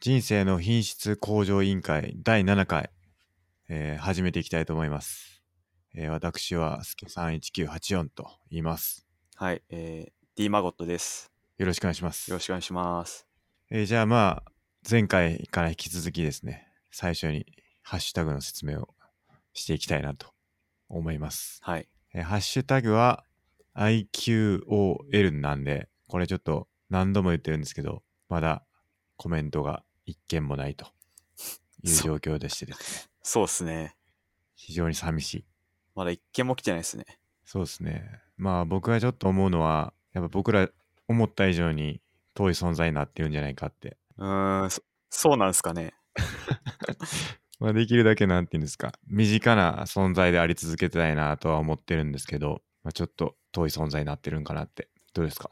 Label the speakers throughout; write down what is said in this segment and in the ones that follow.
Speaker 1: 人生の品質向上委員会第7回、えー始めていきたいと思います。えー私は、すけ31984と言います。
Speaker 2: はい、えー、D マゴットです。
Speaker 1: よろしくお願いします。
Speaker 2: よろしくお願いします。
Speaker 1: えーじゃあまあ、前回から引き続きですね、最初にハッシュタグの説明をしていきたいなと思います。
Speaker 2: はい、
Speaker 1: えーハッシュタグは IQOL なんで、これちょっと何度も言ってるんですけど、まだコメントが一件もないという状況でしてですね、
Speaker 2: そうですね。
Speaker 1: 非常に寂しい。
Speaker 2: まだ一件も来てないですね。
Speaker 1: そうですね。まあ僕がちょっと思うのは、やっぱ僕ら思った以上に遠い存在になってるんじゃないかって。
Speaker 2: うーん、そそうなんですかね。
Speaker 1: まあできるだけなんて言うんですか、身近な存在であり続けたいなとは思ってるんですけど、まあ、ちょっと遠い存在になってるんかなって。どうですか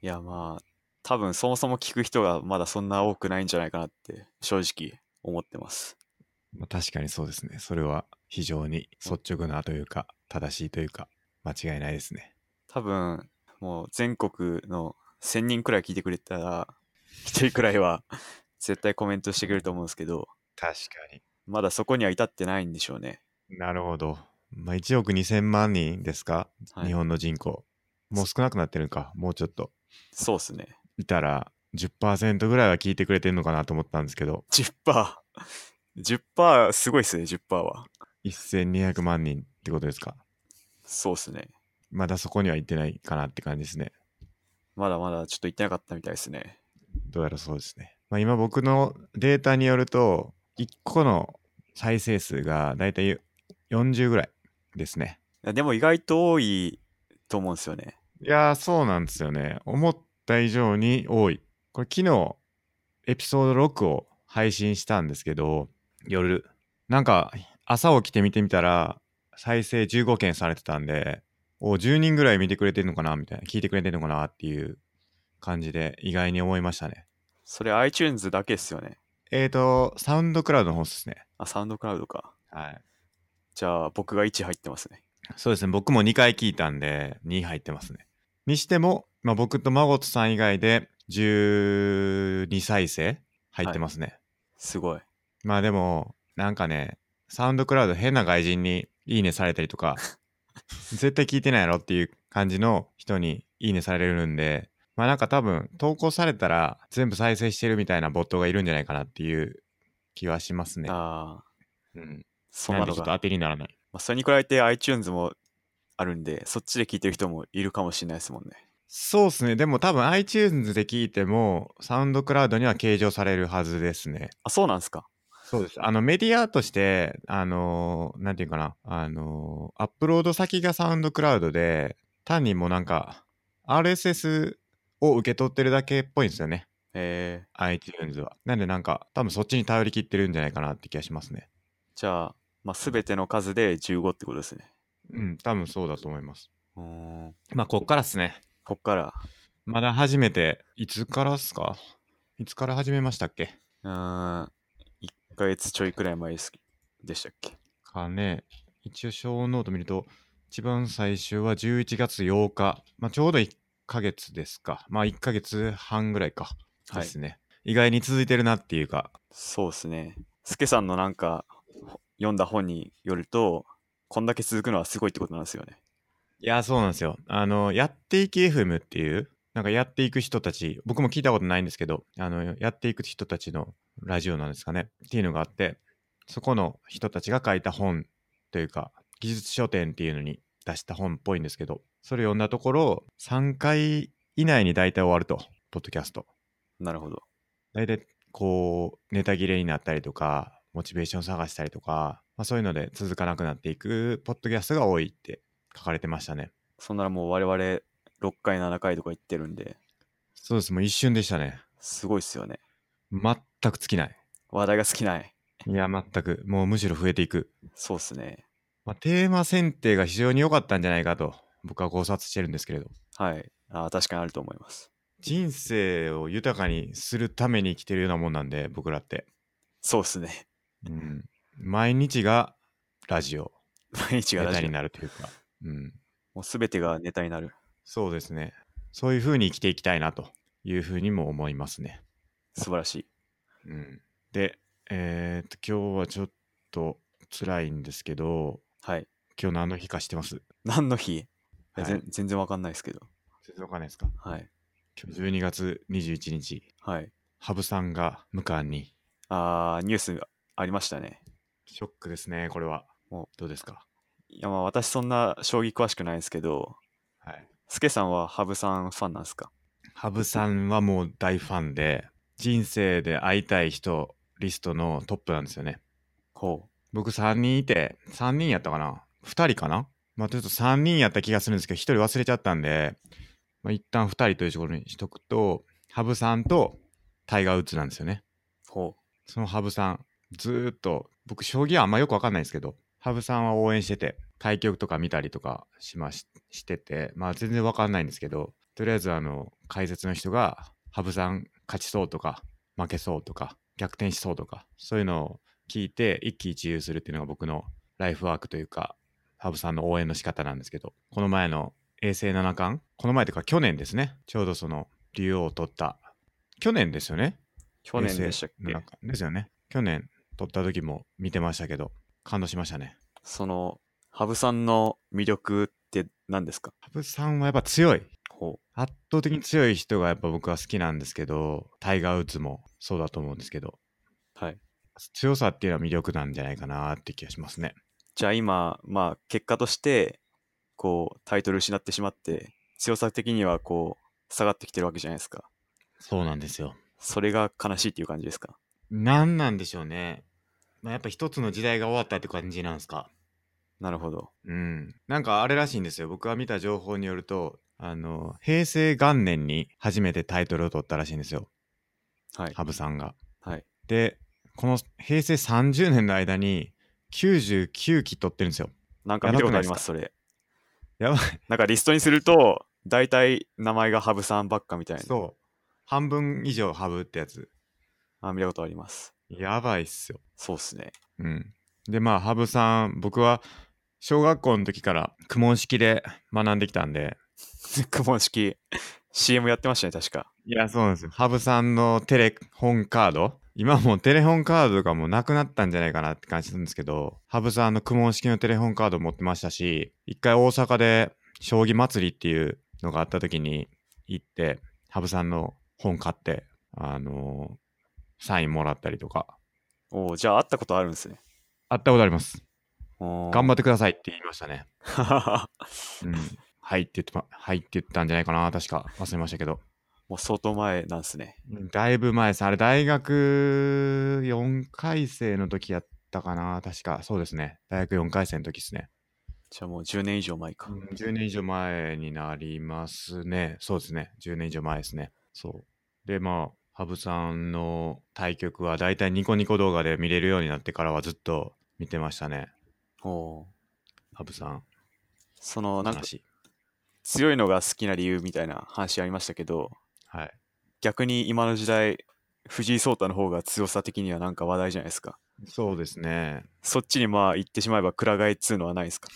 Speaker 2: いや、まあ、多分そもそも聞く人がまだそんな多くないんじゃないかなって、正直思ってます。
Speaker 1: まあ、確かにそうですね。それは非常に率直なというか、正しいというか、間違いないですね。
Speaker 2: 多分、もう全国の1000人くらい聞いてくれたら、1人く らいは絶対コメントしてくれると思うんですけど、
Speaker 1: 確か
Speaker 2: まだそこには至ってないんでしょうね。
Speaker 1: に。なるほど。まあ、1億2000万人ですか、
Speaker 2: はい
Speaker 1: 日本の人口。もう少なくなってるのか、もうちょっと。
Speaker 2: そうですね。
Speaker 1: いたら10%ぐらいは聞いてくれてるのかなと思ったんですけど、
Speaker 2: 10%。10%すごいっすね、10%は。
Speaker 1: 1200万人ってことですか。
Speaker 2: そうっすね。
Speaker 1: まだそこには行ってないかなって感じですね。
Speaker 2: まだまだちょっと行ってなかったみたいですね。
Speaker 1: どうやらそうですね。まあ、今僕のデータによると、1個の再生数がだいたい40ぐらいですね。
Speaker 2: いやでも意外と多いと思うんですよね。
Speaker 1: いやー、そうなんですよね。思った以上に多い。これ昨日、エピソード6を配信したんですけど、夜、なんか朝起きて見てみたら、再生15件されてたんで、お10人ぐらい見てくれてるのかなみたいな、聞いてくれてるのかなっていう感じで意外に思いましたね。
Speaker 2: それ iTunes だけですよね。
Speaker 1: えーと、サウンドクラウドの方ですね。
Speaker 2: あ、サウンドクラウドか。
Speaker 1: はい。
Speaker 2: じゃあ僕が1入ってますね。
Speaker 1: そうですね、僕も2回聞いたんで、2入ってますね。にしても、まあ、僕と孫とさん以外で12再生入ってますね。
Speaker 2: すごい。
Speaker 1: まあでも、なんかね、サウンドクラウド変な外人にいいねされたりと か、絶対聞いてないやろっていう感じの人にいいねされるんで、まあなんか多分投稿されたら全部再生してるみたいなボットがいるんじゃないかなっていう気はしますね。
Speaker 2: ああ、
Speaker 1: うん、
Speaker 2: そん
Speaker 1: な
Speaker 2: なん
Speaker 1: で
Speaker 2: の
Speaker 1: ちょっ
Speaker 2: が。
Speaker 1: と
Speaker 2: ま
Speaker 1: 当てにならない。
Speaker 2: あ、それに比べて iTunes もあるんで、そっちで聞いてる人もいるかもしれないですもんね。
Speaker 1: そうですね。でも多分 iTunes で聞いても、サウンドクラウドには計上されるはずですね。
Speaker 2: あ、そうなんですか。
Speaker 1: そうです。あの、メディアとして、あのーなんていうかな、あのーアップロード先がサウンドクラウドで、単にもうなんか、RSS を受け取ってるだけっぽいんですよね。
Speaker 2: えー、
Speaker 1: iTunes は。なんでなんか、多分そっちに頼り切ってるんじゃないかなって気がしますね。
Speaker 2: じゃあ、まあ、全ての数で15ってことですね。
Speaker 1: うん、多分そうだと思います。
Speaker 2: うーん。
Speaker 1: まあ、こっからっすね。
Speaker 2: こっから、
Speaker 1: まだ初めて、いつからっすかいつから始めましたっけ
Speaker 2: うーん、1ヶ月ちょいくらい前ですでしたっけ。
Speaker 1: かね一応小ノート見ると一番最初は11月8日、まあ、ちょうど1ヶ月ですかまあ1ヶ月半ぐらいか
Speaker 2: は
Speaker 1: で
Speaker 2: い。
Speaker 1: すね、意外に続いてるなっていうか
Speaker 2: そうですね。スケさんのなんかほ読んだ本によると、こんだけ続くのはすごいってことなんですよね。
Speaker 1: いやそうなんですよあのやっていき FM っていうなんかやっていく人たち僕も聞いたことないんですけどあのやっていく人たちのラジオなんですかねっていうのがあってそこの人たちが書いた本というか技術書店っていうのに出した本っぽいんですけどそれ読んだところ3回以内に大体終わるとポッドキャスト
Speaker 2: なるほど。
Speaker 1: 大体こうネタ切れになったりとかモチベーション探したりとか、まあ、そういうので続かなくなっていくポッドキャストが多いって書かれてましたね
Speaker 2: そんならもう我々6回、7回とか言ってるんで、
Speaker 1: そうですもう一瞬でしたね
Speaker 2: すごいっすよね。
Speaker 1: 全く尽きない
Speaker 2: 話題が尽きない。
Speaker 1: いや全くもうむしろ増えていく、
Speaker 2: そうっすね。
Speaker 1: まあ、テーマ選定が非常に良かったんじゃないかと僕は考察してるんですけれど
Speaker 2: はい。あー確かにあると思います。
Speaker 1: 人生を豊かにするために生きてるようなもんなんで僕らって、
Speaker 2: そうっすね。
Speaker 1: うん、毎日がラジオ
Speaker 2: 毎日が
Speaker 1: ネ
Speaker 2: 大
Speaker 1: タ
Speaker 2: 事
Speaker 1: に。なるというか、うん、
Speaker 2: もう全てがネタになる。
Speaker 1: そうですねそういう風に生きていきたいなという風にも思いますね
Speaker 2: 素晴らしい。
Speaker 1: うん、で、えーっと、今日はちょっと辛いんですけど、
Speaker 2: はい。
Speaker 1: 今日何の日か知ってます
Speaker 2: 何の日、
Speaker 1: はい
Speaker 2: ぜん全然わかんないですけど。
Speaker 1: 全然わかんないですか
Speaker 2: はい。
Speaker 1: 今日12月21日、
Speaker 2: はい。
Speaker 1: 羽生さんが無冠に。
Speaker 2: あー、ニュースありましたね。
Speaker 1: ショックですね、これは。
Speaker 2: お
Speaker 1: どうですか
Speaker 2: いや、まあ私そんな将棋詳しくないですけど、
Speaker 1: はい。
Speaker 2: スケさんは羽生さんファンなんですか
Speaker 1: 羽生さんはもう大ファンで、人生で会いたい人リストのトップなんですよね。
Speaker 2: ほ
Speaker 1: 僕3人いて、3人やったかな ?2 人かなまあちょっと3人やった気がするんですけど、1人忘れちゃったんで、まあ、一旦2人というところにしとくと、羽生さんとタイガー・ウッズなんですよね。
Speaker 2: う。ほ
Speaker 1: その羽生さん、ずーっと、僕、将棋はあんまよくわかんないんですけど、羽生さんは応援してて、対局とか見たりとかしまししてて、まあ全然わかんないんですけど、とりあえずあの、解説の人が、羽生さん勝ちそうとか、負けそうとか、逆転しそうとか、そういうのを聞いて、一喜一憂するっていうのが僕のライフワークというか、羽生さんの応援の仕方なんですけど、この前の永世七冠、この前というか去年ですね、ちょうどその竜王を取った、去年ですよね、
Speaker 2: う。去年でしたっ
Speaker 1: 平成
Speaker 2: け
Speaker 1: の中ですよね。去年撮った時も見てましたけど、感動しましたね。
Speaker 2: その、羽生さんの魅力って何ですか
Speaker 1: 羽生さんはやっぱ強い。
Speaker 2: ほ
Speaker 1: 圧倒的に強い人がやっぱ僕は好きなんですけど、タイガー・ウッズもそうだと思うんですけど、
Speaker 2: う。はい。
Speaker 1: 強さっていうのは魅力なんじゃないかなって気がしますね。
Speaker 2: じゃあ今、まあ結果として、こう、タイトル失ってしまって、強さ的にはこう、下がってきてるわけじゃないですか。
Speaker 1: そうなんですよ。
Speaker 2: それが悲しいっていう感じですか
Speaker 1: 何なんでしょうね。まあ、やっぱ一つの時代が終わったって感じなんですか。
Speaker 2: なるほど。
Speaker 1: うん、なんかあれらしいんですよ僕が見た情報によるとあの平成元年に初めてタイトルを取ったらしいんですよ
Speaker 2: はい。
Speaker 1: 羽生さんが。
Speaker 2: はい。
Speaker 1: でこの平成30年の間に99期取ってるんですよ。
Speaker 2: なんか見たことあり
Speaker 1: やばくない
Speaker 2: ま、
Speaker 1: ですす
Speaker 2: それ。
Speaker 1: やばい
Speaker 2: なんかリストにすると、大体名前が羽生さんばっかみたいな。
Speaker 1: そう半分以上羽生ってやつ
Speaker 2: あ、見たことあります。
Speaker 1: やばいっすよ。
Speaker 2: そうっすね。
Speaker 1: うん、でまあ羽生さん僕は小学校の時から公文式で学んできたんで
Speaker 2: 公文式 CM やってましたね、確か。
Speaker 1: いや、そうなんですよ。ハブさんのテレホンカード、今もうテレホンカードがもうなくなったんじゃないかなって感じするんですけど、ハブさんの公文式のテレホンカード持ってましたし、一回大阪で将棋祭りっていうのがあった時に行って、ハブさんの本買って、あのーサインもらったりとか、
Speaker 2: おお、じゃあ会ったことあるんですね。
Speaker 1: 会ったことあります。頑張っ
Speaker 2: っ
Speaker 1: てくださいって言いましたね。
Speaker 2: て。
Speaker 1: うん。はいって言ってま、はいって言ったんじゃないかな、確か。忘れましたけど。
Speaker 2: もう相当前なんですね。
Speaker 1: だいぶ前です。あれ、大学4回生の時やったかな、確か。そうですね。大学4回生の時ですね。
Speaker 2: じゃあもう10年以上前か。
Speaker 1: 10年以上前になりますね。そうですね。10年以上前ですね。そう。で、まあ、羽生さんの対局は、だいたいニコニコ動画で見れるようになってからはずっと見てましたね。
Speaker 2: おおー。
Speaker 1: 羽生さん、
Speaker 2: その、なんか
Speaker 1: 話。
Speaker 2: 強いのが好きな理由みたいな話ありましたけど、
Speaker 1: はい。
Speaker 2: 逆に今の時代、藤井聡太の方が強さ的にはなんか話題じゃないですか。
Speaker 1: そうですね。
Speaker 2: そっちにまあ行ってしまえばくら替えっつうのはないですか。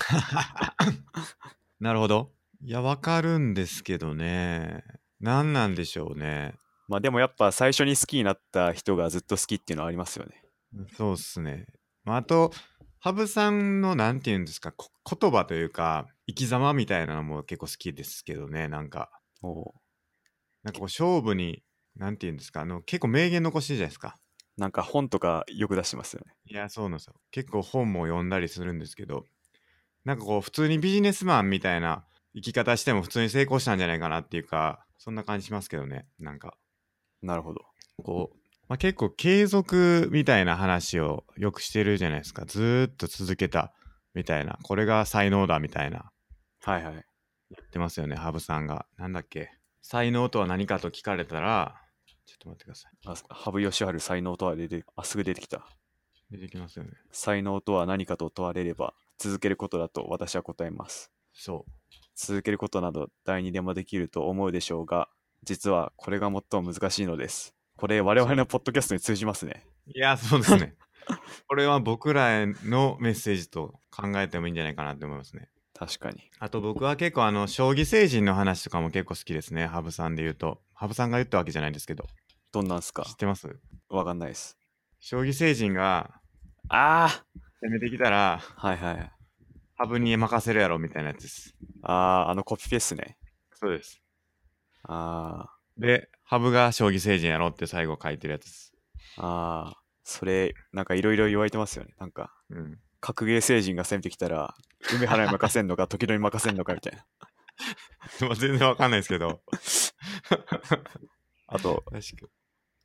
Speaker 1: なるほど。いや、わかるんですけどね。何なんでしょうね。
Speaker 2: まあでもやっぱ最初に好きになった人がずっと好きっていうのはありますよね。
Speaker 1: そうっすね。まあ、あと、羽生さんの、なんていうんですか、こ言葉というか、生き様みたいなのも結構好きですけどね、なんか、
Speaker 2: おお
Speaker 1: なんかこう、勝負に、なんていうんですか、あの、結構名言残してるじゃないですか。
Speaker 2: ー。なんか本とかよく出してますよね。
Speaker 1: いや、そうなんですよ。結構本も読んだりするんですけど、なんかこう、普通にビジネスマンみたいな生き方しても普通に成功したんじゃないかなっていうか、そんな感じしますけどね、なんか。
Speaker 2: なるほど。
Speaker 1: こう、まあ、結構継続みたいな話をよくしてるじゃないですかずーっと続けたみたいなこれが才能だみたいな
Speaker 2: はいはい。
Speaker 1: 言ってますよね羽生さんがなんだっけ才能とは何かと聞かれたらちょっと待ってください
Speaker 2: あ羽生善治才能とは出て、あ、すぐ出てきた。
Speaker 1: 出てきますよね
Speaker 2: 才能とは何かと問われれば、続けることだと私は答えます。
Speaker 1: そ
Speaker 2: 続けることなど誰にでもできると思うでしょうが、実はこれが最も難しいのです。これ我々のポッドキャストに通じますね。
Speaker 1: ういやそうですねこれは僕らへのメッセージと考えてもいいんじゃないかなって思いますね
Speaker 2: 確かに。
Speaker 1: あと僕は結構あの将棋星人の話とかも結構好きですね羽生さんで言うと羽生さんが言ったわけじゃないんですけど
Speaker 2: どんなんすか
Speaker 1: 知ってます
Speaker 2: わかんないです。
Speaker 1: 将棋星人が
Speaker 2: あ
Speaker 1: 攻めてきたら、
Speaker 2: あはいはい。
Speaker 1: ハブに任せるやろみたいなやつです。
Speaker 2: ああ、あのコピペっすね。
Speaker 1: そうです。
Speaker 2: あ
Speaker 1: で、ハブが将棋星人やろって最後書いてるやつです。
Speaker 2: あ、ああ、それ、なんかいろいろ言われてますよね。なんか、
Speaker 1: うん。
Speaker 2: 格ゲー星人が攻めてきたら、梅原に任せんのか、時々に任せんのかみたいな。
Speaker 1: まあ全然わかんないですけど。
Speaker 2: あと、
Speaker 1: 確か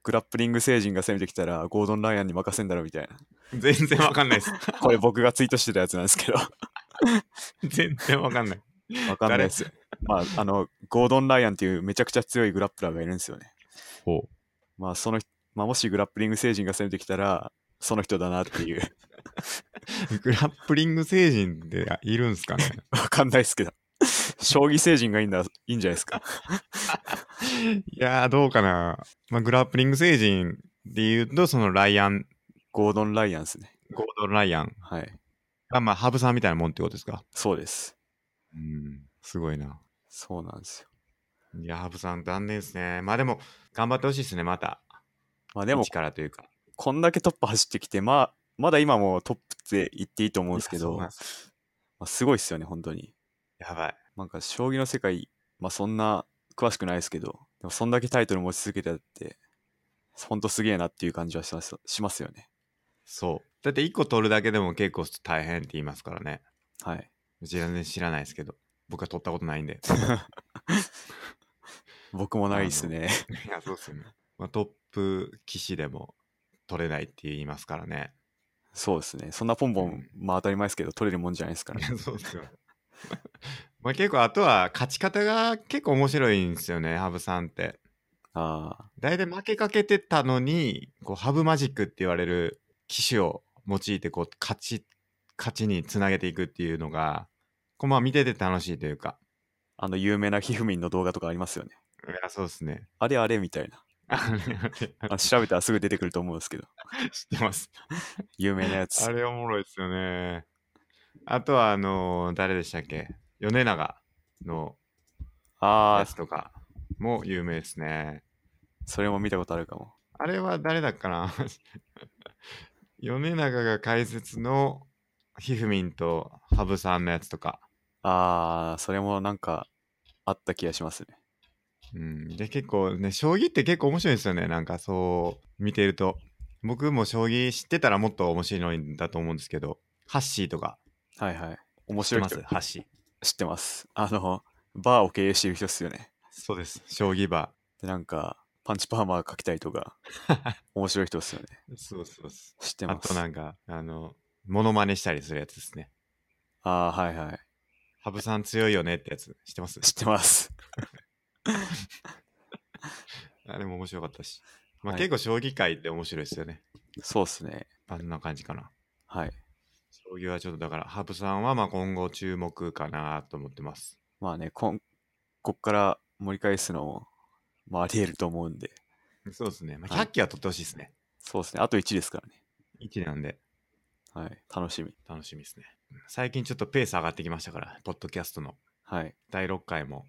Speaker 2: グラップリング星人が攻めてきたら、ゴードン・ライアンに任せんだろみたいな。
Speaker 1: 全然わかんないです。
Speaker 2: これ僕がツイートしてたやつなんですけど、
Speaker 1: 全然わかんない。
Speaker 2: わかんないですよ。まあ、あの、ゴードン・ライアンっていうめちゃくちゃ強いグラップラーがいるんですよね。
Speaker 1: ほ
Speaker 2: まあ、その人、まあ、もしグラップリング星人が攻めてきたら、その人だなっていう、
Speaker 1: う。グラップリング星人っているんすかね
Speaker 2: わかんないですけど、将棋星人がいいんだ、いいんじゃないですか。
Speaker 1: いやー、どうかな。まあ、グラップリング星人で言うと、そのライアン、
Speaker 2: ゴードン・ライアンですね。
Speaker 1: ゴールドンライアン
Speaker 2: はい。
Speaker 1: が、まあ、ハブさんみたいなもんってことですか。
Speaker 2: そうです。
Speaker 1: うん、すごいな。
Speaker 2: そうなんですよ。
Speaker 1: いや、ハブさん、残念ですね。まあでも、頑張ってほしいですね、また。
Speaker 2: まあ、でも、
Speaker 1: 力というか。
Speaker 2: こんだけトップ走ってきて、まあ、まだ今もトップって言っていいと思うんです
Speaker 1: い
Speaker 2: け
Speaker 1: やそう
Speaker 2: ど、
Speaker 1: なん
Speaker 2: ま
Speaker 1: です
Speaker 2: あ、すごいですよね、本当に。
Speaker 1: やばい。
Speaker 2: なんか、将棋の世界、まあ、そんな詳しくないですけど、でも、そんだけタイトル持ち続けてたって、ほんとすげえなっていう感じはしますしますよね。
Speaker 1: そう。だって、1個取るだけでも結構大変って言いますからね。
Speaker 2: はい。
Speaker 1: うち全然知らないですけど。僕は取ったことないんで。
Speaker 2: 僕もないですね。
Speaker 1: いや、そうっすよね。まあ、トップ棋士でも取れないって言いますからね。
Speaker 2: そうですね。そんなポンポ
Speaker 1: う
Speaker 2: ン
Speaker 1: ん、
Speaker 2: まあ当たり前ですけど、取れるもんじゃないですから
Speaker 1: い
Speaker 2: ね。
Speaker 1: やそうっすよ。 まあ結構、あとは勝ち方が結構面白いんですよね、ハブさんって。
Speaker 2: ああ、
Speaker 1: 大体負けかけてたのにこうハブマジックって言われる機種を用いてこう勝ち勝ちにつなげていくっていうのがこうまあ見てて楽しいというか
Speaker 2: あの有名なひふみんの動画とかありますよね。
Speaker 1: いやそうですね
Speaker 2: あれあれみたいな。
Speaker 1: あ れあれあれ
Speaker 2: あ調べたらすぐ出てくると思うんですけど、
Speaker 1: 知ってます
Speaker 2: 有名なやつ
Speaker 1: あ。れおもろいですよねあとはあのー誰でしたっけ米長の
Speaker 2: あ
Speaker 1: や
Speaker 2: あ、
Speaker 1: つとかも有名ですね
Speaker 2: それも見たことあるかも。
Speaker 1: あれは誰だっかな 米長が解説のひふみんとハブさんのやつとか
Speaker 2: ああ、それもなんかあった気がしますね。
Speaker 1: うん、で結構ね将棋って結構面白いんですよねなんかそう見てると僕も将棋知ってたらもっと面白いんだと思うんですけどハッシーとか
Speaker 2: はいはい。面
Speaker 1: 知って
Speaker 2: 白い
Speaker 1: ま
Speaker 2: 人
Speaker 1: すハッシー
Speaker 2: 知ってます。あの、バーを経営してる人っすよね。
Speaker 1: そうです将棋バ
Speaker 2: で、なんか、パンチパーマーかけたりとか、 面白い人っすよね。
Speaker 1: ーそうそうです
Speaker 2: 知って
Speaker 1: あ
Speaker 2: ます。
Speaker 1: となんかあのモノマネしたりするやつですね
Speaker 2: ああー、はいはい。
Speaker 1: 羽生さん強いよねってやつ知ってます
Speaker 2: 知ってます。
Speaker 1: あれも面白かったし、まあ、
Speaker 2: はい
Speaker 1: 結構将棋界って面白いですよね、
Speaker 2: そうっすね。
Speaker 1: あんな感じかな
Speaker 2: はい。
Speaker 1: 将棋はちょっとだから羽生さんはまあ今後注目かなと思ってます
Speaker 2: まあね、こんこっから盛り返すのも、まあ、あり得ると思うんで、
Speaker 1: そうですね、ま
Speaker 2: は
Speaker 1: あ、
Speaker 2: い
Speaker 1: 100期は取ってほしいですね、
Speaker 2: そうですね、あと1ですからね。
Speaker 1: 1なんで
Speaker 2: はい、楽しみ。
Speaker 1: 楽しみですね。最近ちょっとペース上がってきましたから、ポッドキャストの
Speaker 2: はい、
Speaker 1: 第6回も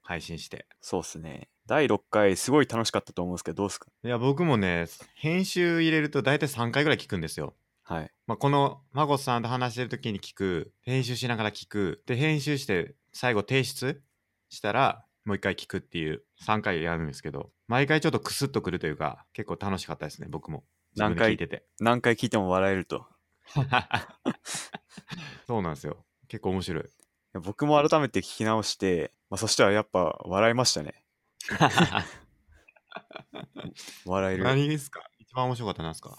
Speaker 1: 配信して。
Speaker 2: そうですね。第6回、すごい楽しかったと思うんですけど、どうですか
Speaker 1: いや、僕もね、編集入れると大体3回ぐらい聞くんですよ。
Speaker 2: はい、
Speaker 1: まあ、この、マゴスさんと話してる時に聞く、編集しながら聞く、で、編集して最後提出したら、もう一回聞くっていう3回やるんですけど、毎回ちょっとクスッとくるというか、結構楽しかったですね、僕も。自分で聞いてて。
Speaker 2: 何回聞いても笑えると。い
Speaker 1: そうなんですよ。結構面白い。
Speaker 2: や僕も改めて聞き直して、まあ、そしたらやっぱ笑いましたね。笑え る。
Speaker 1: 何ですか一番面白かったなんですか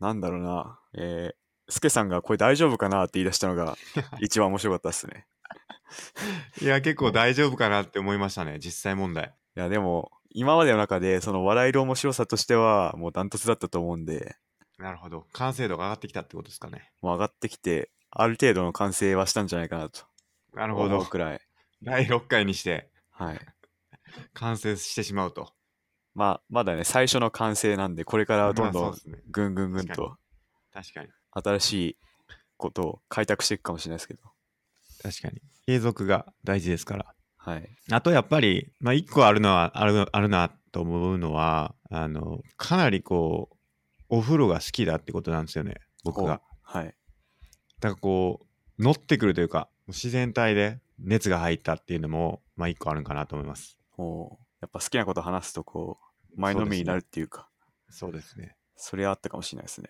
Speaker 2: なんだろうな。えー、スケさんがこれ大丈夫かなって言い出した のが一番面白かったですね。
Speaker 1: いや、結構大丈夫かなって思いましたね、実際問題。
Speaker 2: いや、でも、今までの中で、その笑える面白さとしては、もうダントツだったと思うんで、
Speaker 1: なるほど。完成度が上がってきたってことですかね。
Speaker 2: もう上がってきて、ある程度の完成はしたんじゃないかなと
Speaker 1: なるほ
Speaker 2: 思
Speaker 1: ど。
Speaker 2: うくらい。
Speaker 1: 第6回にして
Speaker 2: はい。
Speaker 1: 完成してしまうと。
Speaker 2: まあ、まだね、最初の完成なんで、これか
Speaker 1: ま
Speaker 2: ら
Speaker 1: あ
Speaker 2: どんど
Speaker 1: そうんで、すね。
Speaker 2: ぐんぐんぐん
Speaker 1: 確
Speaker 2: と、
Speaker 1: 確かに。
Speaker 2: 新しいことを開拓していくかもしれないですけど。
Speaker 1: 確かに。継続が大事ですから。
Speaker 2: はい。
Speaker 1: あとやっぱり、まあ、一個あるのは、あるあるなと思うのは、あのかなりこうお風呂が好きだってことなんですよね僕が
Speaker 2: はい。
Speaker 1: だからこう乗ってくるというか自然体で熱が入ったっていうのもまあ一個あるんかなと思います
Speaker 2: おうやっぱ好きなこと話すとこう、前のめりになるっていうか、
Speaker 1: そうですね
Speaker 2: それはあったかもしれないですね。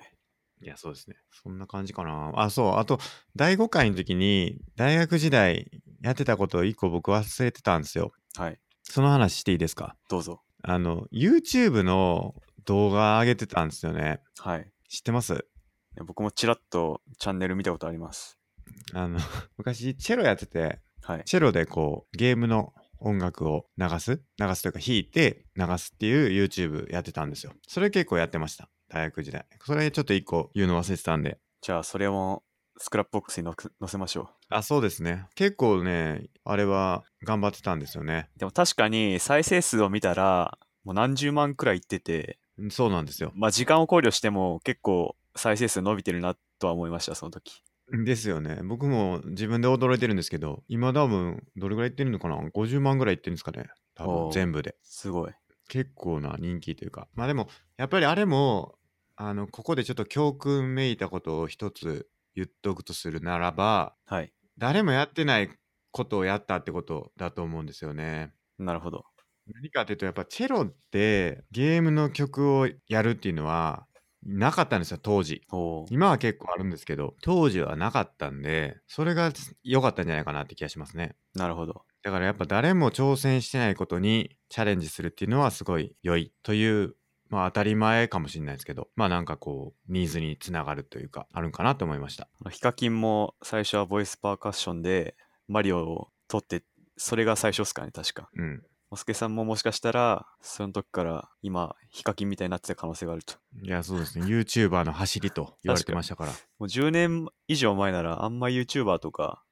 Speaker 1: いや、そうですね。そんな感じかな。あ、そう。あと、第5回の時に、大学時代やってたことを1個僕忘れてたんですよ。
Speaker 2: はい。
Speaker 1: その話していいですか
Speaker 2: どうぞ。
Speaker 1: あの、YouTube の動画上げてたんですよね。
Speaker 2: はい。
Speaker 1: 知ってます
Speaker 2: ね僕もちらっとチャンネル見たことあります。
Speaker 1: あの、 昔、チェロやってて、
Speaker 2: はい。
Speaker 1: チェロでこう、ゲームの音楽を流す流すというか、弾いて流すっていう YouTube やってたんですよ。それ結構やってました。大学時代。それちょっと1個言うの忘れてたんで、
Speaker 2: じゃあ、それもスクラップボックスにのく載せましょ
Speaker 1: あそうですね結構ねあれは頑張ってたんですよね
Speaker 2: う。でも確かに再生数を見たら、もう何十万くらいいってて、
Speaker 1: うんそうなんですよ
Speaker 2: まあ時間を考慮しても結構再生数伸びてるなとは思いました、その時。
Speaker 1: ですよね僕も自分で驚いてるんですけど今多分どれぐらいいってるのかな50万ぐらいいってるんですかね多
Speaker 2: お
Speaker 1: 分
Speaker 2: う
Speaker 1: 全部です
Speaker 2: ごい。
Speaker 1: 結構な人気というかまあでもやっぱりあれもあのここでちょっと教訓めいたことを一つ言っとくとするならば
Speaker 2: はい。
Speaker 1: 誰もやってないことをやったってことだと思うんですよね
Speaker 2: なるほど。
Speaker 1: 何かっていうとやっぱチェロってゲームの曲をやるっていうのはなかったんですよ当時
Speaker 2: おー
Speaker 1: 今は結構あるんですけど当時はなかったんでそれが良かったんじゃないかなって気がしますね
Speaker 2: なるほど。
Speaker 1: だからやっぱ誰も挑戦してないことにチャレンジするっていうのはすごい良いというまあ当たり前かもしれないですけどまあなんかこうニーズにつながるというかあるんかなと思いました
Speaker 2: あのヒカキンも最初はボイスパーカッションでマリオを撮って、それが最初っすかね、確か。
Speaker 1: うん
Speaker 2: モスケさんももしかしたら、その時から今、ヒカキンみたいになってた可能性があると。
Speaker 1: いやそう ですね YouTuber の走りと言われてましたから
Speaker 2: もう10年以上前なら、あんま YouTuber とか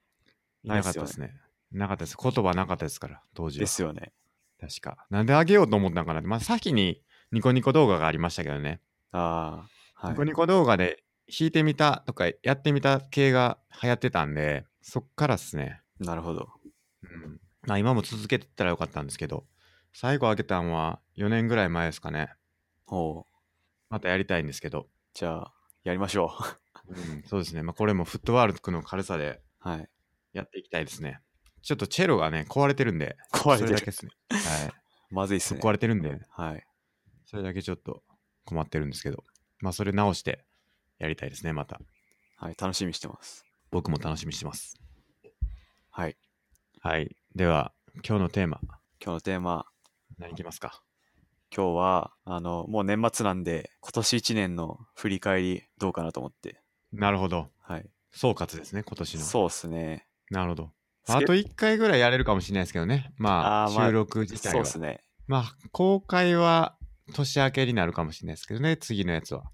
Speaker 1: いなかったですねなかったです言葉なかったですから当時は
Speaker 2: ですよね。
Speaker 1: 確か。なんであげようと思ったのかなって、まあ、先にニコニコ動画がありましたけどね。
Speaker 2: ああ、は
Speaker 1: ニコニ
Speaker 2: い。
Speaker 1: コ動画で弾いてみたとかやってみた系が流行ってたんで、そっからっすね。
Speaker 2: なるほど。
Speaker 1: うん。まあ今も続けてったらよかったんですけど、最後あげたんは4年ぐらい前ですかね。
Speaker 2: ほう。
Speaker 1: またやりたいんですけど、
Speaker 2: じゃあ、やりましょ
Speaker 1: う
Speaker 2: う。
Speaker 1: ん、そうですね。まあこれもフットワークの軽さで
Speaker 2: はい。
Speaker 1: やっていきたいですね。ちょっとチェロがね、壊れてるんで、
Speaker 2: 壊れ
Speaker 1: それ
Speaker 2: て
Speaker 1: だけ
Speaker 2: る。
Speaker 1: ですね。 はい。
Speaker 2: まずいっすね。
Speaker 1: 壊れてるんで、
Speaker 2: はい。
Speaker 1: それだけちょっと困ってるんですけど、まあそれ直してやりたいですね、また。
Speaker 2: はい。楽しみにしてます。
Speaker 1: 僕も楽しみにしてます。
Speaker 2: はい。
Speaker 1: はい。では、今日のテーマ、
Speaker 2: 今日のテーマ、
Speaker 1: 何いきますか
Speaker 2: 今日は、あの、もう年末なんで、今年1年の振り返りどうかなと思って。
Speaker 1: なるほど。
Speaker 2: はい。
Speaker 1: 総括ですね、今年の。
Speaker 2: そうっすね。
Speaker 1: なるほど。
Speaker 2: スケ
Speaker 1: あと1回ぐらいやれるかもしれないですけどね。まあ、
Speaker 2: あーまあ
Speaker 1: 収録自体
Speaker 2: そ
Speaker 1: は
Speaker 2: うっ。すね。
Speaker 1: まあ、公開は年明けになるかもしれないですけどね、次のやつは。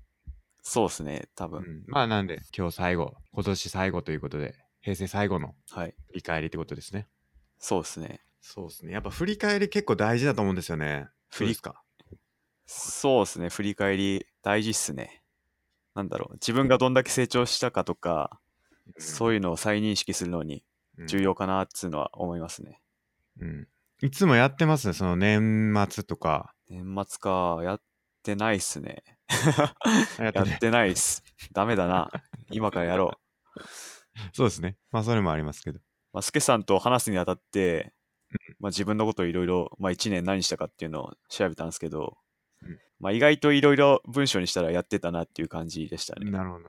Speaker 2: そうっすね。多分。
Speaker 1: うんまあ、なんで、今日最後、今年最後ということで、平成最後の
Speaker 2: はい。
Speaker 1: 振り返りってことですね。
Speaker 2: そうっすね。
Speaker 1: そうですね。やっぱ振り返り結構大事だと思うんですよね。そ
Speaker 2: 振り
Speaker 1: うですか。
Speaker 2: そうですね、振り返り大事っすね。なんだろう、自分がどんだけ成長したかとか、そういうのを再認識するのに
Speaker 1: うん
Speaker 2: 重要かなっつうのは思いますね。
Speaker 1: うんいつもやってますその年末とか。
Speaker 2: 年末か、やってないっすね。
Speaker 1: やっ
Speaker 2: や
Speaker 1: てね
Speaker 2: ってないっす。ダメだな。今からやろう。
Speaker 1: そうですね。まあ、それもありますけど。
Speaker 2: まあ、スケさんと話すにあたって、まあ、自分のことをいろいろ、まあ、1年何したかっていうのを調べたんですけど
Speaker 1: うん、
Speaker 2: まあ、意外といろいろ文章にしたらやってたなっていう感じでしたね。
Speaker 1: なるほど。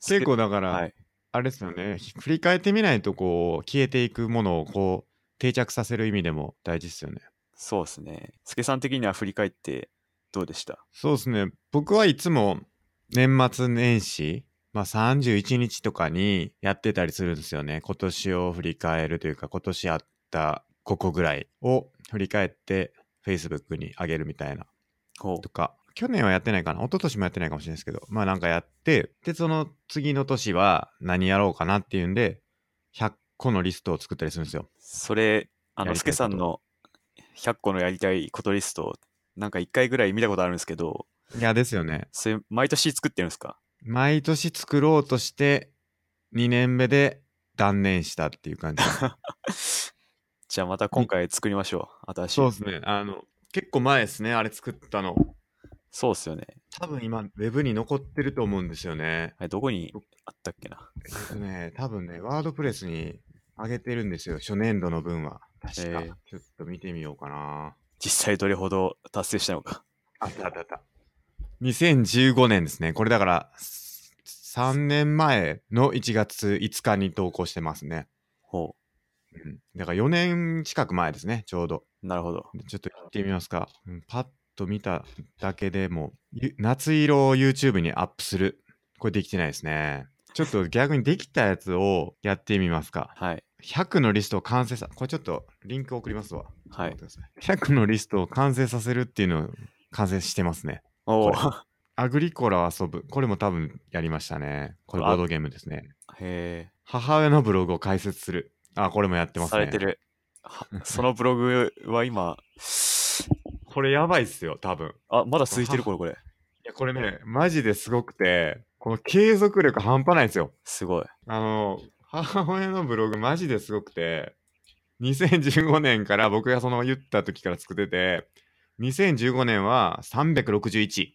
Speaker 2: スケ
Speaker 1: 結構だから、
Speaker 2: はい。
Speaker 1: あれですよね。振り返ってみないと、こう、消えていくものを、こう、定着させる意味でも大事ですよね。
Speaker 2: そうですね。スケさん的には振り返ってどうでした
Speaker 1: そうですね。僕はいつも年末年始、まあ、31日とかにやってたりするんですよね。今年を振り返るというか、今年あったここぐらいを振り返って、Facebook に上げるみたいな。
Speaker 2: ほ
Speaker 1: とか、去年はやってないかな、一昨年もやってないかもしれないですけど、まあなんかやって、で、その次の年は何やろうかなっていうんで、100個のリストを作ったりするんですよ。
Speaker 2: それ、あ
Speaker 1: や
Speaker 2: の、
Speaker 1: り
Speaker 2: ス
Speaker 1: たいこと
Speaker 2: ケさんの100個のやりたいことリスト、なんか1回ぐらい見たことあるんですけど、
Speaker 1: いや、ですよね。
Speaker 2: それ、毎年作ってるんですか
Speaker 1: 毎年作ろうとして、2年目で断念したっていう感じ。
Speaker 2: じゃあまた今回作りましょう。新しい。
Speaker 1: そうですね。あの、結構前ですね、あれ作ったの。
Speaker 2: そうっすよね。
Speaker 1: 多分今、ウェブに残ってると思うんですよね。
Speaker 2: あれどこにあったっけな。
Speaker 1: えっとね、多分ね、ワードプレスに上げてるんですよ、初年度の分は。確か。
Speaker 2: えー
Speaker 1: ちょっと見てみようかな。
Speaker 2: 実際どれほど達成したのか。
Speaker 1: あったあったあった。2015年ですね。これだから、3年前の1月5日に投稿してますね。
Speaker 2: ほ
Speaker 1: うんだから4年近く前ですね、ちょうど。
Speaker 2: う。なるほど。
Speaker 1: でちょっと行ってみますか。うんパッと見ただけでも、ゆ夏色を YouTube にアップする。これできてないですね。ちょっと逆にできたやつをやってみますか。
Speaker 2: はい。
Speaker 1: 100のリストを完成さ、これちょっとリンク送りますわ。
Speaker 2: は
Speaker 1: ちょっ。と待っ
Speaker 2: い
Speaker 1: てください100のリストを完成させるっていうのを完成してますね。
Speaker 2: おお。
Speaker 1: アグリコラを遊ぶ。これも多分やりましたね。これボードゲームですね。
Speaker 2: へ
Speaker 1: 母親のブログを解説する。あ、これもやって
Speaker 2: え。
Speaker 1: ますね。
Speaker 2: されてる。はそのブログは今、
Speaker 1: これやばいっすよ、多分。
Speaker 2: あ、まだ 続いてる頃これ。
Speaker 1: いや、これね、マジですごくて、この継続力半端ないんですよ。
Speaker 2: すごい。
Speaker 1: あの、母親のブログマジですごくて、2015年から僕がその言った時から作ってて、2015年は361。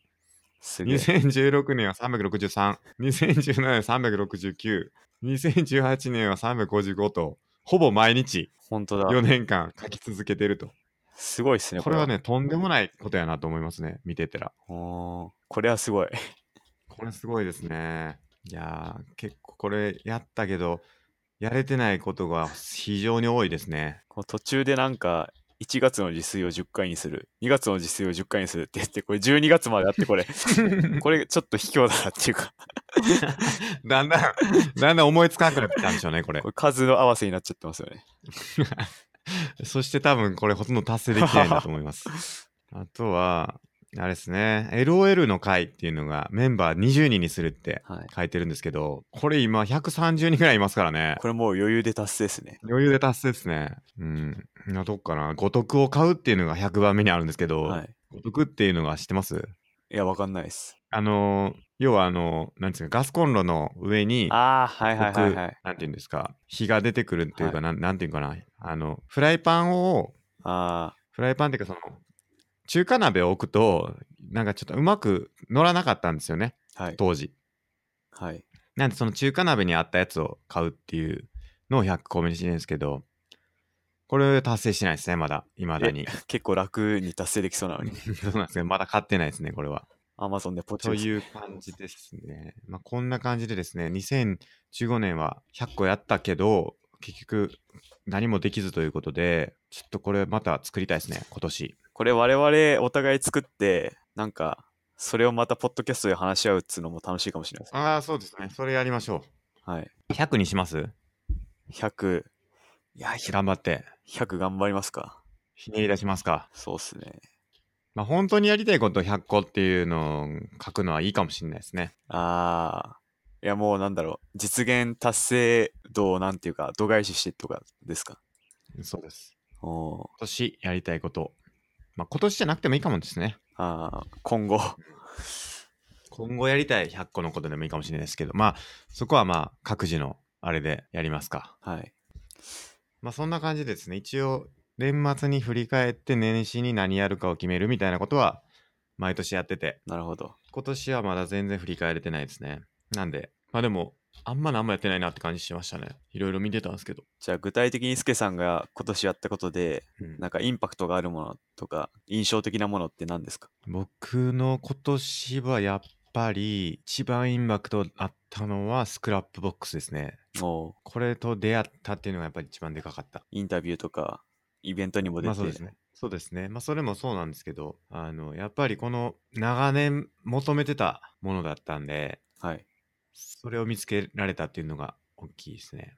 Speaker 2: すげえ。
Speaker 1: 2016年は363、2017年369、2018年は355と、ほぼ毎日
Speaker 2: 本当
Speaker 1: 4
Speaker 2: だ。
Speaker 1: 年間書き続けてると。
Speaker 2: すごいっすね。
Speaker 1: これはね、とんでもないことやなと思いますね、見てたら。
Speaker 2: おー。これはすごい。
Speaker 1: これすごいですね。いやー、結構これやったけど、やれてないことが非常に多いですね。
Speaker 2: こう途中でなんか、1月の自炊を10回にする、2月の自炊を10回にするって言って、これ12月まであっ て、これ、これちょっと卑怯だなっていうか、
Speaker 1: だんだん、だんだん思いつかなくなってきたんでしょうね、これ
Speaker 2: こ。れ数の合わせになっちゃってますよね。
Speaker 1: そして多分これほとんど達成できないんだと思い ます。あとは、あれですね、LOL の会っていうのがメンバー20人にするって
Speaker 2: はい。
Speaker 1: 書いてるんですけど、これ今130人ぐらいいますからね。
Speaker 2: これもう余裕で達成ですね。
Speaker 1: 余裕で達成ですね。うん。な、どっかな。五徳を買うっていうのが100番目にあるんですけど、
Speaker 2: はい。
Speaker 1: 五徳っていうのが知ってます
Speaker 2: いや、わかんないです。
Speaker 1: あのー、要はあのー、なんですか、ガスコンロの上に、
Speaker 2: ああ、はいはいはいはい
Speaker 1: 僕。なんていうんですか、火が出てくるっていうか、
Speaker 2: は
Speaker 1: なんなんていうかな、あの、フライパンを
Speaker 2: あ
Speaker 1: フライパンっていうかその中華鍋を置くとなんかちょっとうまく乗らなかったんですよね
Speaker 2: あ、はい。
Speaker 1: 当時
Speaker 2: はい。
Speaker 1: なんでその中華鍋にあったやつを買うっていうのを100個目にしてるんですけどこれ達成してないですねまだいまだに
Speaker 2: 結構楽に達成できそうなの に、
Speaker 1: そうなんですけどまだ買ってないですねこれは
Speaker 2: Amazon でポチ
Speaker 1: と
Speaker 2: ポチ。
Speaker 1: いう感じですね、まあ、こんな感じでですね2015年は100個やったけど結局何もできずということでちょっとこれまた作りたいですね今年
Speaker 2: これ我々お互い作って、なんか、それをまたポッドキャストで話し合うっつうのも楽しいかもしれないですね。
Speaker 1: ああそうですねそれやりましょ
Speaker 2: はい。
Speaker 1: う100にします
Speaker 2: 100、いや、
Speaker 1: 頑張って
Speaker 2: 100頑張りますか。
Speaker 1: ひねり出しますか。
Speaker 2: そうっすね。
Speaker 1: まあ、本当にやりたいこと100個っていうのを書くのはいいかもしれないですね。
Speaker 2: ああ。いや、もうなんだろう。実現達成度をなんていうか、度外視してとかですか。
Speaker 1: そうです。
Speaker 2: おー
Speaker 1: 今年やりたいこと。まあ、今年じゃなくてもいいかもですね。
Speaker 2: あー今後。
Speaker 1: 今後やりたい100個のことでもいいかもしれないですけど、まあ、そこはまあ、各自のあれでやりますか。
Speaker 2: はい。
Speaker 1: まあ、そんな感じですね。一応、年末に振り返って年始に何やるかを決めるみたいなことは、毎年やってて、
Speaker 2: なるほど。
Speaker 1: 今年はまだ全然振り返れてないですね。なんで、まあでも、あんま何もやってないなって感じしましたね。いろいろ見てたんですけど。
Speaker 2: じゃあ、具体的にスケさんが今年やったことで、
Speaker 1: うん
Speaker 2: なんかインパクトがあるものとか、印象的なものって何ですか
Speaker 1: 僕の今年はやっぱり一番インパクトあったのはスクラップボックスですね。
Speaker 2: おー
Speaker 1: これと出会ったっていうのがやっぱり一番でかかった。
Speaker 2: インタビューとか、イベントにも出て。
Speaker 1: まあそうですね。そうですね。まあそれもそうなんですけど、あの、やっぱりこの長年求めてたものだったんで、
Speaker 2: はい。
Speaker 1: それを見つけられたっていうのが大きいですね。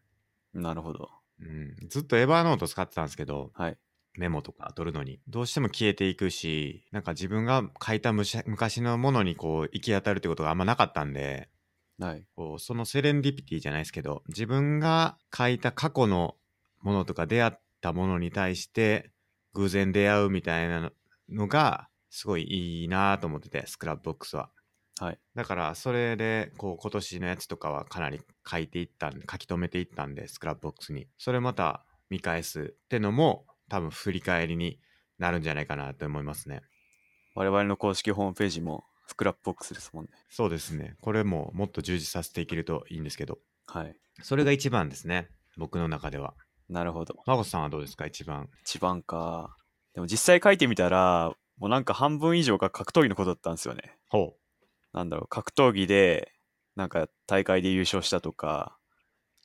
Speaker 2: なるほど。
Speaker 1: うん、ずっとエヴァーノート使ってたんですけど、
Speaker 2: はい。
Speaker 1: メモとか取るのにどうしても消えていくしなんか自分が書いたむし昔のものにこう行き当たるってことがあんまなかったんで
Speaker 2: はい。
Speaker 1: こうそのセレンディピティじゃないですけど自分が書いた過去のものとか出会ったものに対して偶然出会うみたいなのがすごいいいなと思っててスクラップボックスは。
Speaker 2: はい
Speaker 1: だからそれでこう今年のやつとかはかなり書いていったん書き留めていったんでスクラップボックスにそれまた見返すってのも多分振り返りになるんじゃないかなと思いますね。
Speaker 2: 我々の公式ホームページもスクラップボックスですもんね。
Speaker 1: そうですね。これももっと充実させていけるといいんですけど、
Speaker 2: はい。
Speaker 1: それが一番ですね。僕の中では。
Speaker 2: なるほど。
Speaker 1: マゴさんはどうですか一番。
Speaker 2: 一番か。でも実際書いてみたら、もうなんか半分以上が格闘技のことだったんですよね。
Speaker 1: ほ
Speaker 2: なんだろう、格闘技で、なんか大会で優勝したとか、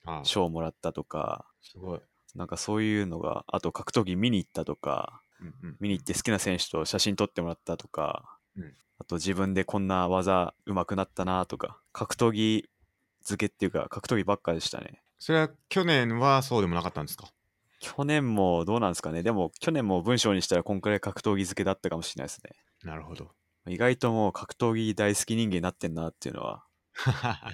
Speaker 1: う。ああ、
Speaker 2: 賞をもらったとか、
Speaker 1: すごい。
Speaker 2: なんかそういうのが、あと格闘技見に行ったとか、
Speaker 1: うんうん、
Speaker 2: 見に行って好きな選手と写真撮ってもらったとか、
Speaker 1: うん
Speaker 2: あと自分でこんな技上手くなったなとか、格闘技付けっていうか、格闘技ばっかでしたね。
Speaker 1: それは去年はそうでもなかったんですか
Speaker 2: 去年もどうなんですかね。でも去年も文章にしたらこんくらい格闘技付けだったかもしれないですね。
Speaker 1: なるほど。
Speaker 2: 意外ともう格闘技大好き人間になってんなっていうのは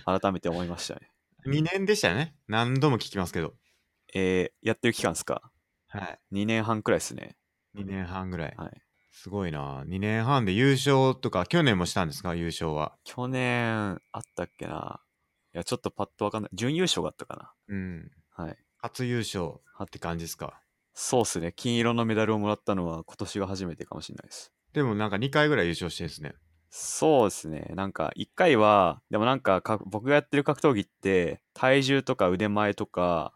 Speaker 2: 改めて思いましたね。
Speaker 1: 2年でしたよね。何度も聞きますけど。
Speaker 2: えー、やってる期間ですか
Speaker 1: は
Speaker 2: ?2 年半くらいですね。
Speaker 1: い。2年半ぐらい。
Speaker 2: はい。
Speaker 1: すごいな。2年半で優勝とか、去年もしたんですか優勝は。
Speaker 2: 去年あったっけないや、ちょっとパッとわかんない。準優勝があったか
Speaker 1: うん。
Speaker 2: なはい。
Speaker 1: 初優勝って感じですか。
Speaker 2: そうっすね。金色のメダルをもらったのは今年が初めてかもしれないです。
Speaker 1: でもなんか2回ぐらい優勝してるんですね。
Speaker 2: そうですね。なんか1回は、でもなんかか僕がやってる格闘技って体重とか腕前とか、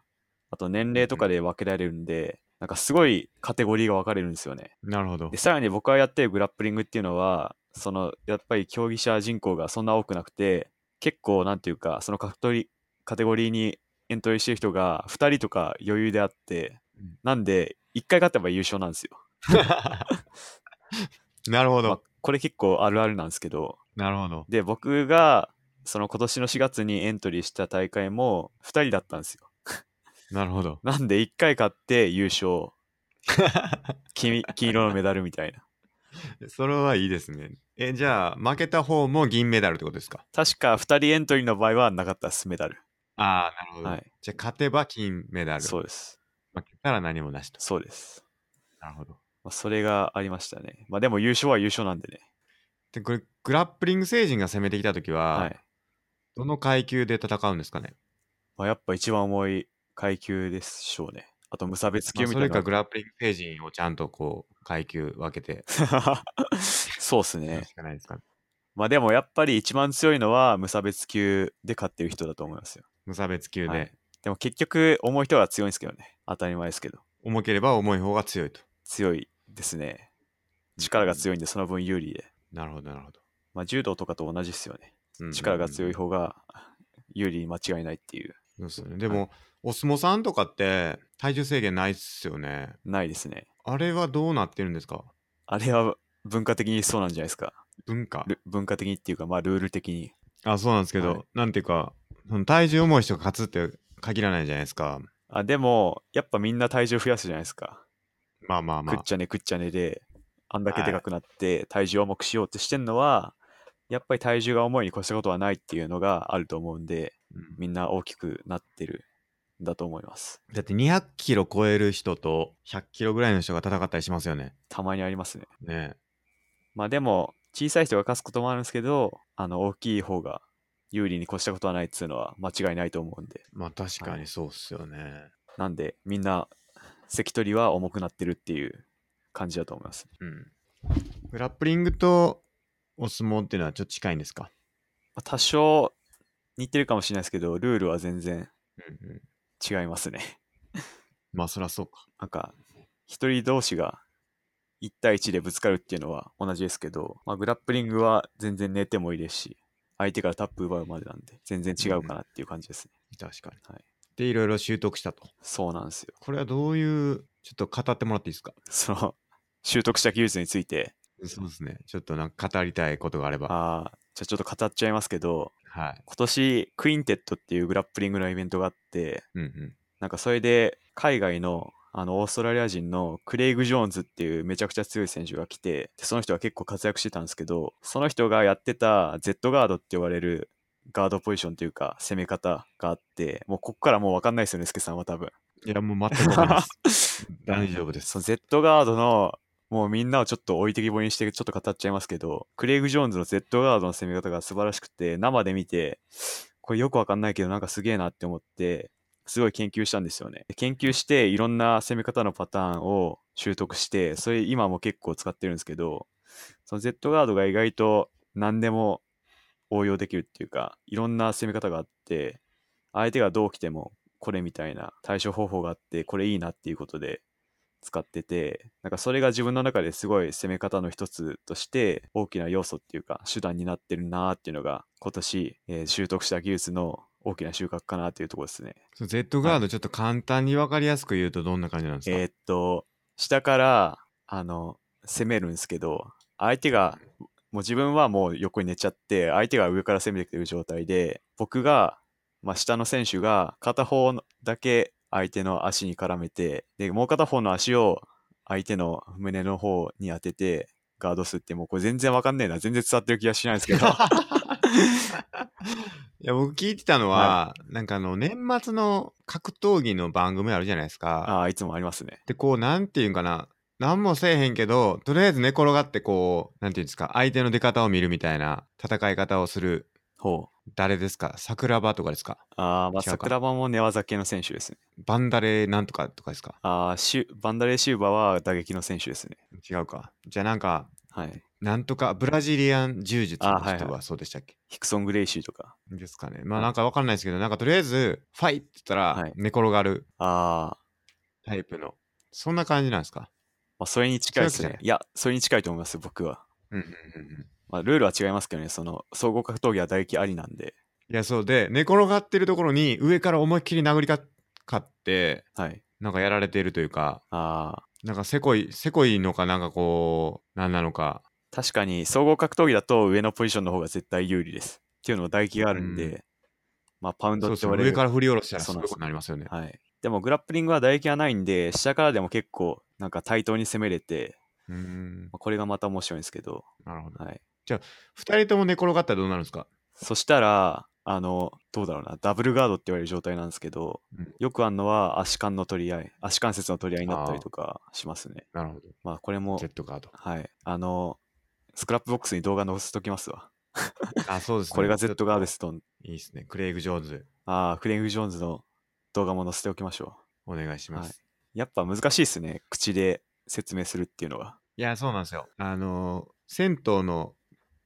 Speaker 2: あと年齢とかで分けられるんで、なんかすごいカテゴリーが分かれるんですよね。
Speaker 1: なるほど
Speaker 2: で。さらに僕がやってるグラップリングっていうのはそのやっぱり競技者人口がそんな多くなくて結構なんていうかその格闘技カテゴリーにエントリーしてる人が2人とか余裕であって
Speaker 1: うん
Speaker 2: なんで1回勝てば優勝なんですよ、
Speaker 1: なるほ
Speaker 2: まあ
Speaker 1: ど。
Speaker 2: これ結構あるあるなんですけど
Speaker 1: なるほど。
Speaker 2: で僕がその今年の4月にエントリーした大会も2人だったんですよ
Speaker 1: なるほど。
Speaker 2: なんで1回勝って優 勝黄黄色のメダルみたいな
Speaker 1: それはいいですね。え、じゃあ、負けた方も銀メダルってことですか
Speaker 2: 確か2人エントリーの場合はなかったですメダル
Speaker 1: ああ、なるほど。
Speaker 2: はい
Speaker 1: じゃあ、勝てば金メダル。
Speaker 2: そうです
Speaker 1: 負けたら何もなしと。
Speaker 2: そうです。
Speaker 1: なるほど。
Speaker 2: まあ、それがありましたね。まあでも優勝は優勝なんでね。
Speaker 1: で、これ、グラップリング星人が攻めてきたときは、
Speaker 2: はい。
Speaker 1: どの階級で戦うんですかね
Speaker 2: まあ、やっぱ一番重い階級でしょうね。あと無差別
Speaker 1: ま
Speaker 2: 級
Speaker 1: あ
Speaker 2: み
Speaker 1: そ
Speaker 2: た
Speaker 1: れ
Speaker 2: いな。
Speaker 1: かグラップリング星人をちゃんとこう階級分けて
Speaker 2: そうっす
Speaker 1: やる
Speaker 2: ね。
Speaker 1: しかないですかね。
Speaker 2: まあでもやっぱり一番強いのは無差別級で勝ってる人だと思いますよ。
Speaker 1: 無差別級で、
Speaker 2: はいでも結局重い人は強いんですけどね。当たり前ですけど。
Speaker 1: 重ければ重い方が強いと。
Speaker 2: 強いですね。力が
Speaker 1: い。
Speaker 2: 強いんでその分有利で。
Speaker 1: なるほどなるほど。
Speaker 2: まあ柔道とかと同じですよね。
Speaker 1: うんうんうん
Speaker 2: 力が強い方が有利に間違いないっていう。
Speaker 1: そうですよね。でも、お相撲さんとかって体重制限ないっすよね。
Speaker 2: ないですね。
Speaker 1: あれはどうなってるんですか
Speaker 2: あれは文化的にそうなんじゃないですか。
Speaker 1: 文化。
Speaker 2: ル文化的にっていうか、まあ、ルール的に。
Speaker 1: あ、そうなんですけど、
Speaker 2: はい
Speaker 1: なんていうか、その体重重い人が勝つって限らないじゃないですか。
Speaker 2: あでも、やっぱみんな体重増やすじゃないですか。
Speaker 1: まあまあま
Speaker 2: くっ
Speaker 1: あ。
Speaker 2: ちゃねくっちゃねで、あんだけ
Speaker 1: はい
Speaker 2: でかくなって、体重を重くしようってしてんのは、やっぱり体重が重いに越したことはないっていうのがあると思うんで、
Speaker 1: うん
Speaker 2: みんな大きくなってるんだと思います。
Speaker 1: だって200キロ超える人と100キロぐらいの人が戦ったりしますよね。
Speaker 2: たまにありますね。
Speaker 1: ねえ
Speaker 2: まあでも、小さい人が勝つこともあるんですけど、あの、大きい方が有利に越したことはないっていうのは間違いないと思うんで。
Speaker 1: まあ確か
Speaker 2: は
Speaker 1: に
Speaker 2: い
Speaker 1: そうっすよね。
Speaker 2: なんで、みんな、関取は重くなってるっていう感じだと思います。
Speaker 1: うん。グラップリングとお相撲っていうのはちょっと近いんですか
Speaker 2: まあ多少似てるかもしれないですけど、ルールは全然
Speaker 1: うんうん。
Speaker 2: 違いますね。
Speaker 1: まあそらそうか。
Speaker 2: なんか、一人同士が1対1でぶつかるっていうのは同じですけど、まあ、グラップリングは全然寝てもいいですし、相手からタップ奪うまでなんで、全然違うかなっていう感じですね。
Speaker 1: 確かに。
Speaker 2: はい
Speaker 1: で、いろいろ習得したと。
Speaker 2: そうなんですよ。
Speaker 1: これはどういう、ちょっと語ってもらっていいですか
Speaker 2: その、習得した技術について、
Speaker 1: そうですね。ちょっとなんか語りたいことがあれば。
Speaker 2: あーじゃあちょっと語っちゃいますけど、
Speaker 1: はい。
Speaker 2: 今年、クインテットっていうグラップリングのイベントがあって、
Speaker 1: うんうん。
Speaker 2: なんかそれで海外のあのオーストラリア人のクレイグ・ジョーンズっていうめちゃくちゃ強い選手が来てでその人が結構活躍してたんですけどその人がやってた Z ガードって呼ばれるガードポジションというか攻め方があってもうここからもう分かんないですよねスケさんは多分
Speaker 1: いや、もう全くわかんないです。 大丈夫です。
Speaker 2: その Z ガードのもうみんなをちょっと置いてきぼりにしてちょっと語っちゃいますけどクレイグ・ジョーンズの Z ガードの攻め方が素晴らしくて生で見てこれよくわかんないけどなんかすげえなって思ってすごい研究したんですよね。で研究していろんな攻め方のパターンを習得して、それ今も結構使ってるんですけど、その Z ガードが意外と何でも応用できるっていうか、いろんな攻め方があって、相手がどう来てもこれみたいな対処方法があって、これいいなっていうことで使ってて、なんかそれが自分の中ですごい攻め方の一つとして大きな要素っていうか手段になってるなーっていうのが今年、えー習得した技術の大きな収穫かなっていうところですね。
Speaker 1: そう Z ガードちょっと簡単に分かりやすく言うとどんな感じなんですか、
Speaker 2: えーっと、下から、あの、攻めるんですけど、相手が、もう自分はもう横に寝ちゃって、相手が上から攻めてきてる状態で、僕が、まあ、下の選手が片方だけ相手の足に絡めて、で、もう片方の足を相手の胸の方に当てて、ガードするって、もうこれ全然わかんねえな、全然伝わってる気がしないんです けど。
Speaker 1: いや僕聞いてたのは、なんかあの年末の格闘技の番組あるじゃないですか。
Speaker 2: ああ、いつもありますね。
Speaker 1: でこうなんていうんかな何もせえへんけどとりあえず寝転がってこうなんていうんですか相手の出方を見るみたいな戦い方をする
Speaker 2: ほう。
Speaker 1: 誰ですか桜庭とかですか
Speaker 2: あ
Speaker 1: 違
Speaker 2: あ、まあ、
Speaker 1: うか
Speaker 2: 桜庭も寝技系の選手ですね。
Speaker 1: バンダレなんとかとかですか
Speaker 2: ああ、シュバンダレーシューバーは打撃の選手ですね。
Speaker 1: 違うか。じゃあなんか
Speaker 2: はい。
Speaker 1: なんとかブラジリアン柔術の
Speaker 2: あはいはい
Speaker 1: 人はそうでしたっけ
Speaker 2: ヒクソン・グレイシーとか。
Speaker 1: ですかね。まあ
Speaker 2: はい
Speaker 1: なんかわかんないですけど、なんかとりあえず、ファイって言った
Speaker 2: は
Speaker 1: ら
Speaker 2: い、
Speaker 1: 寝転がる
Speaker 2: ああ、
Speaker 1: タイプの。そんな感じなんですか
Speaker 2: まあ、それに近いです
Speaker 1: そういうわ
Speaker 2: ね
Speaker 1: け。
Speaker 2: いや、それに近いと思います、僕は。
Speaker 1: うんうんうんうん。
Speaker 2: まあ、ルールは違いますけどね、その、総合格闘技は打撃ありなんで。
Speaker 1: いや、そうで、寝転がってるところに上から思いっきり殴りかかって、
Speaker 2: はい。
Speaker 1: なんかやられているというか、
Speaker 2: ああ、
Speaker 1: なんかせこい、せこいのかなんかこう、なんなのか。
Speaker 2: 確かに、総合格闘技だと上のポジションの方が絶対有利です。っていうのも打撃があるんで、
Speaker 1: うん
Speaker 2: まあ、パウン
Speaker 1: そ
Speaker 2: ド
Speaker 1: う
Speaker 2: っ
Speaker 1: で
Speaker 2: て
Speaker 1: す
Speaker 2: 言
Speaker 1: ね。
Speaker 2: われ
Speaker 1: 上
Speaker 2: る
Speaker 1: から振り下ろしたら
Speaker 2: そ
Speaker 1: す
Speaker 2: うなん
Speaker 1: ご
Speaker 2: です
Speaker 1: くなりますよね。
Speaker 2: はい。でも、グラップリングは打撃がないんで、下からでも結構、なんか対等に攻めれて、
Speaker 1: うーん
Speaker 2: ま。あこれがまた面白いんですけど、
Speaker 1: なるほど。
Speaker 2: はい。
Speaker 1: 二人とも寝転がったらどうなるんですか
Speaker 2: そしたら、あの、どうだろうな、ダブルガードって言われる状態なんですけど、
Speaker 1: うん
Speaker 2: よくあるのは足間の取り合い、足関節の取り合いになったりとかしますね。
Speaker 1: なるほど。
Speaker 2: まあ、これも、
Speaker 1: Z ガード。
Speaker 2: はい、あの、スクラップボックスに動画載せときますわ。
Speaker 1: あ、そうですね。
Speaker 2: これが Z ガード
Speaker 1: で。
Speaker 2: ですすと、
Speaker 1: いいですね。クレイグ・ジョーンズ、
Speaker 2: ああ、クレイグ・ジョーンズの動画も載せておきましょ
Speaker 1: お願いします。
Speaker 2: はいやっぱ難しいですね、口で説明するっていうのは。
Speaker 1: いや、そうなんですよ。あのー、銭湯の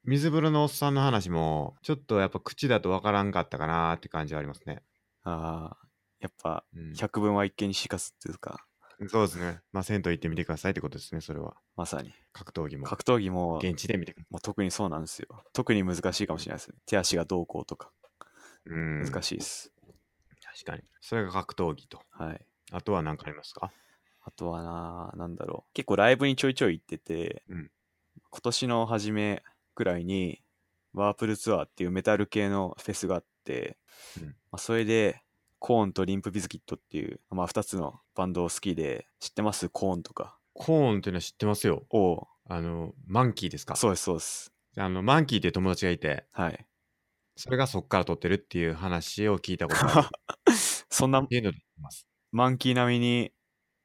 Speaker 1: 水風呂のおっさんの話も、ちょっとやっぱ口だとわからんかったかなーって感じはありますね。
Speaker 2: ああ、やっぱ、
Speaker 1: うん、
Speaker 2: 百分は一見にしかずっていうか、
Speaker 1: そうですね。まあ、銭湯行ってみてくださいってことですね、それは。
Speaker 2: まさに、
Speaker 1: 格闘技も。
Speaker 2: 格闘技も、
Speaker 1: 現地で見てくださ
Speaker 2: もう特にそうなんですよ。特に難しいかもしれないですね。手足がどうこうとか。
Speaker 1: い。うん。
Speaker 2: 難
Speaker 1: 確
Speaker 2: しいです。
Speaker 1: かに。それが格闘技と。
Speaker 2: はい。
Speaker 1: あとは何かありますか
Speaker 2: あとはな、なんだろう。結構ライブにちょいちょい行ってて、
Speaker 1: うん
Speaker 2: 今年の初めくらいに、ワープルツアーっていうメタル系のフェスがあって、
Speaker 1: うん
Speaker 2: まあ、それで、コーンとリンプビズキットっていう、まあ、2つのバンドを好きで、知ってますコーンとか。
Speaker 1: コーンっていうのは知ってますよ。
Speaker 2: おう
Speaker 1: あの、マンキーですか
Speaker 2: そうです、そうです。
Speaker 1: あの、マンキーっていう友達がいて、
Speaker 2: はい。
Speaker 1: それがそっから撮ってるっていう話を聞いたことがある
Speaker 2: そん な
Speaker 1: っていうので言ってます。
Speaker 2: マンキー並みに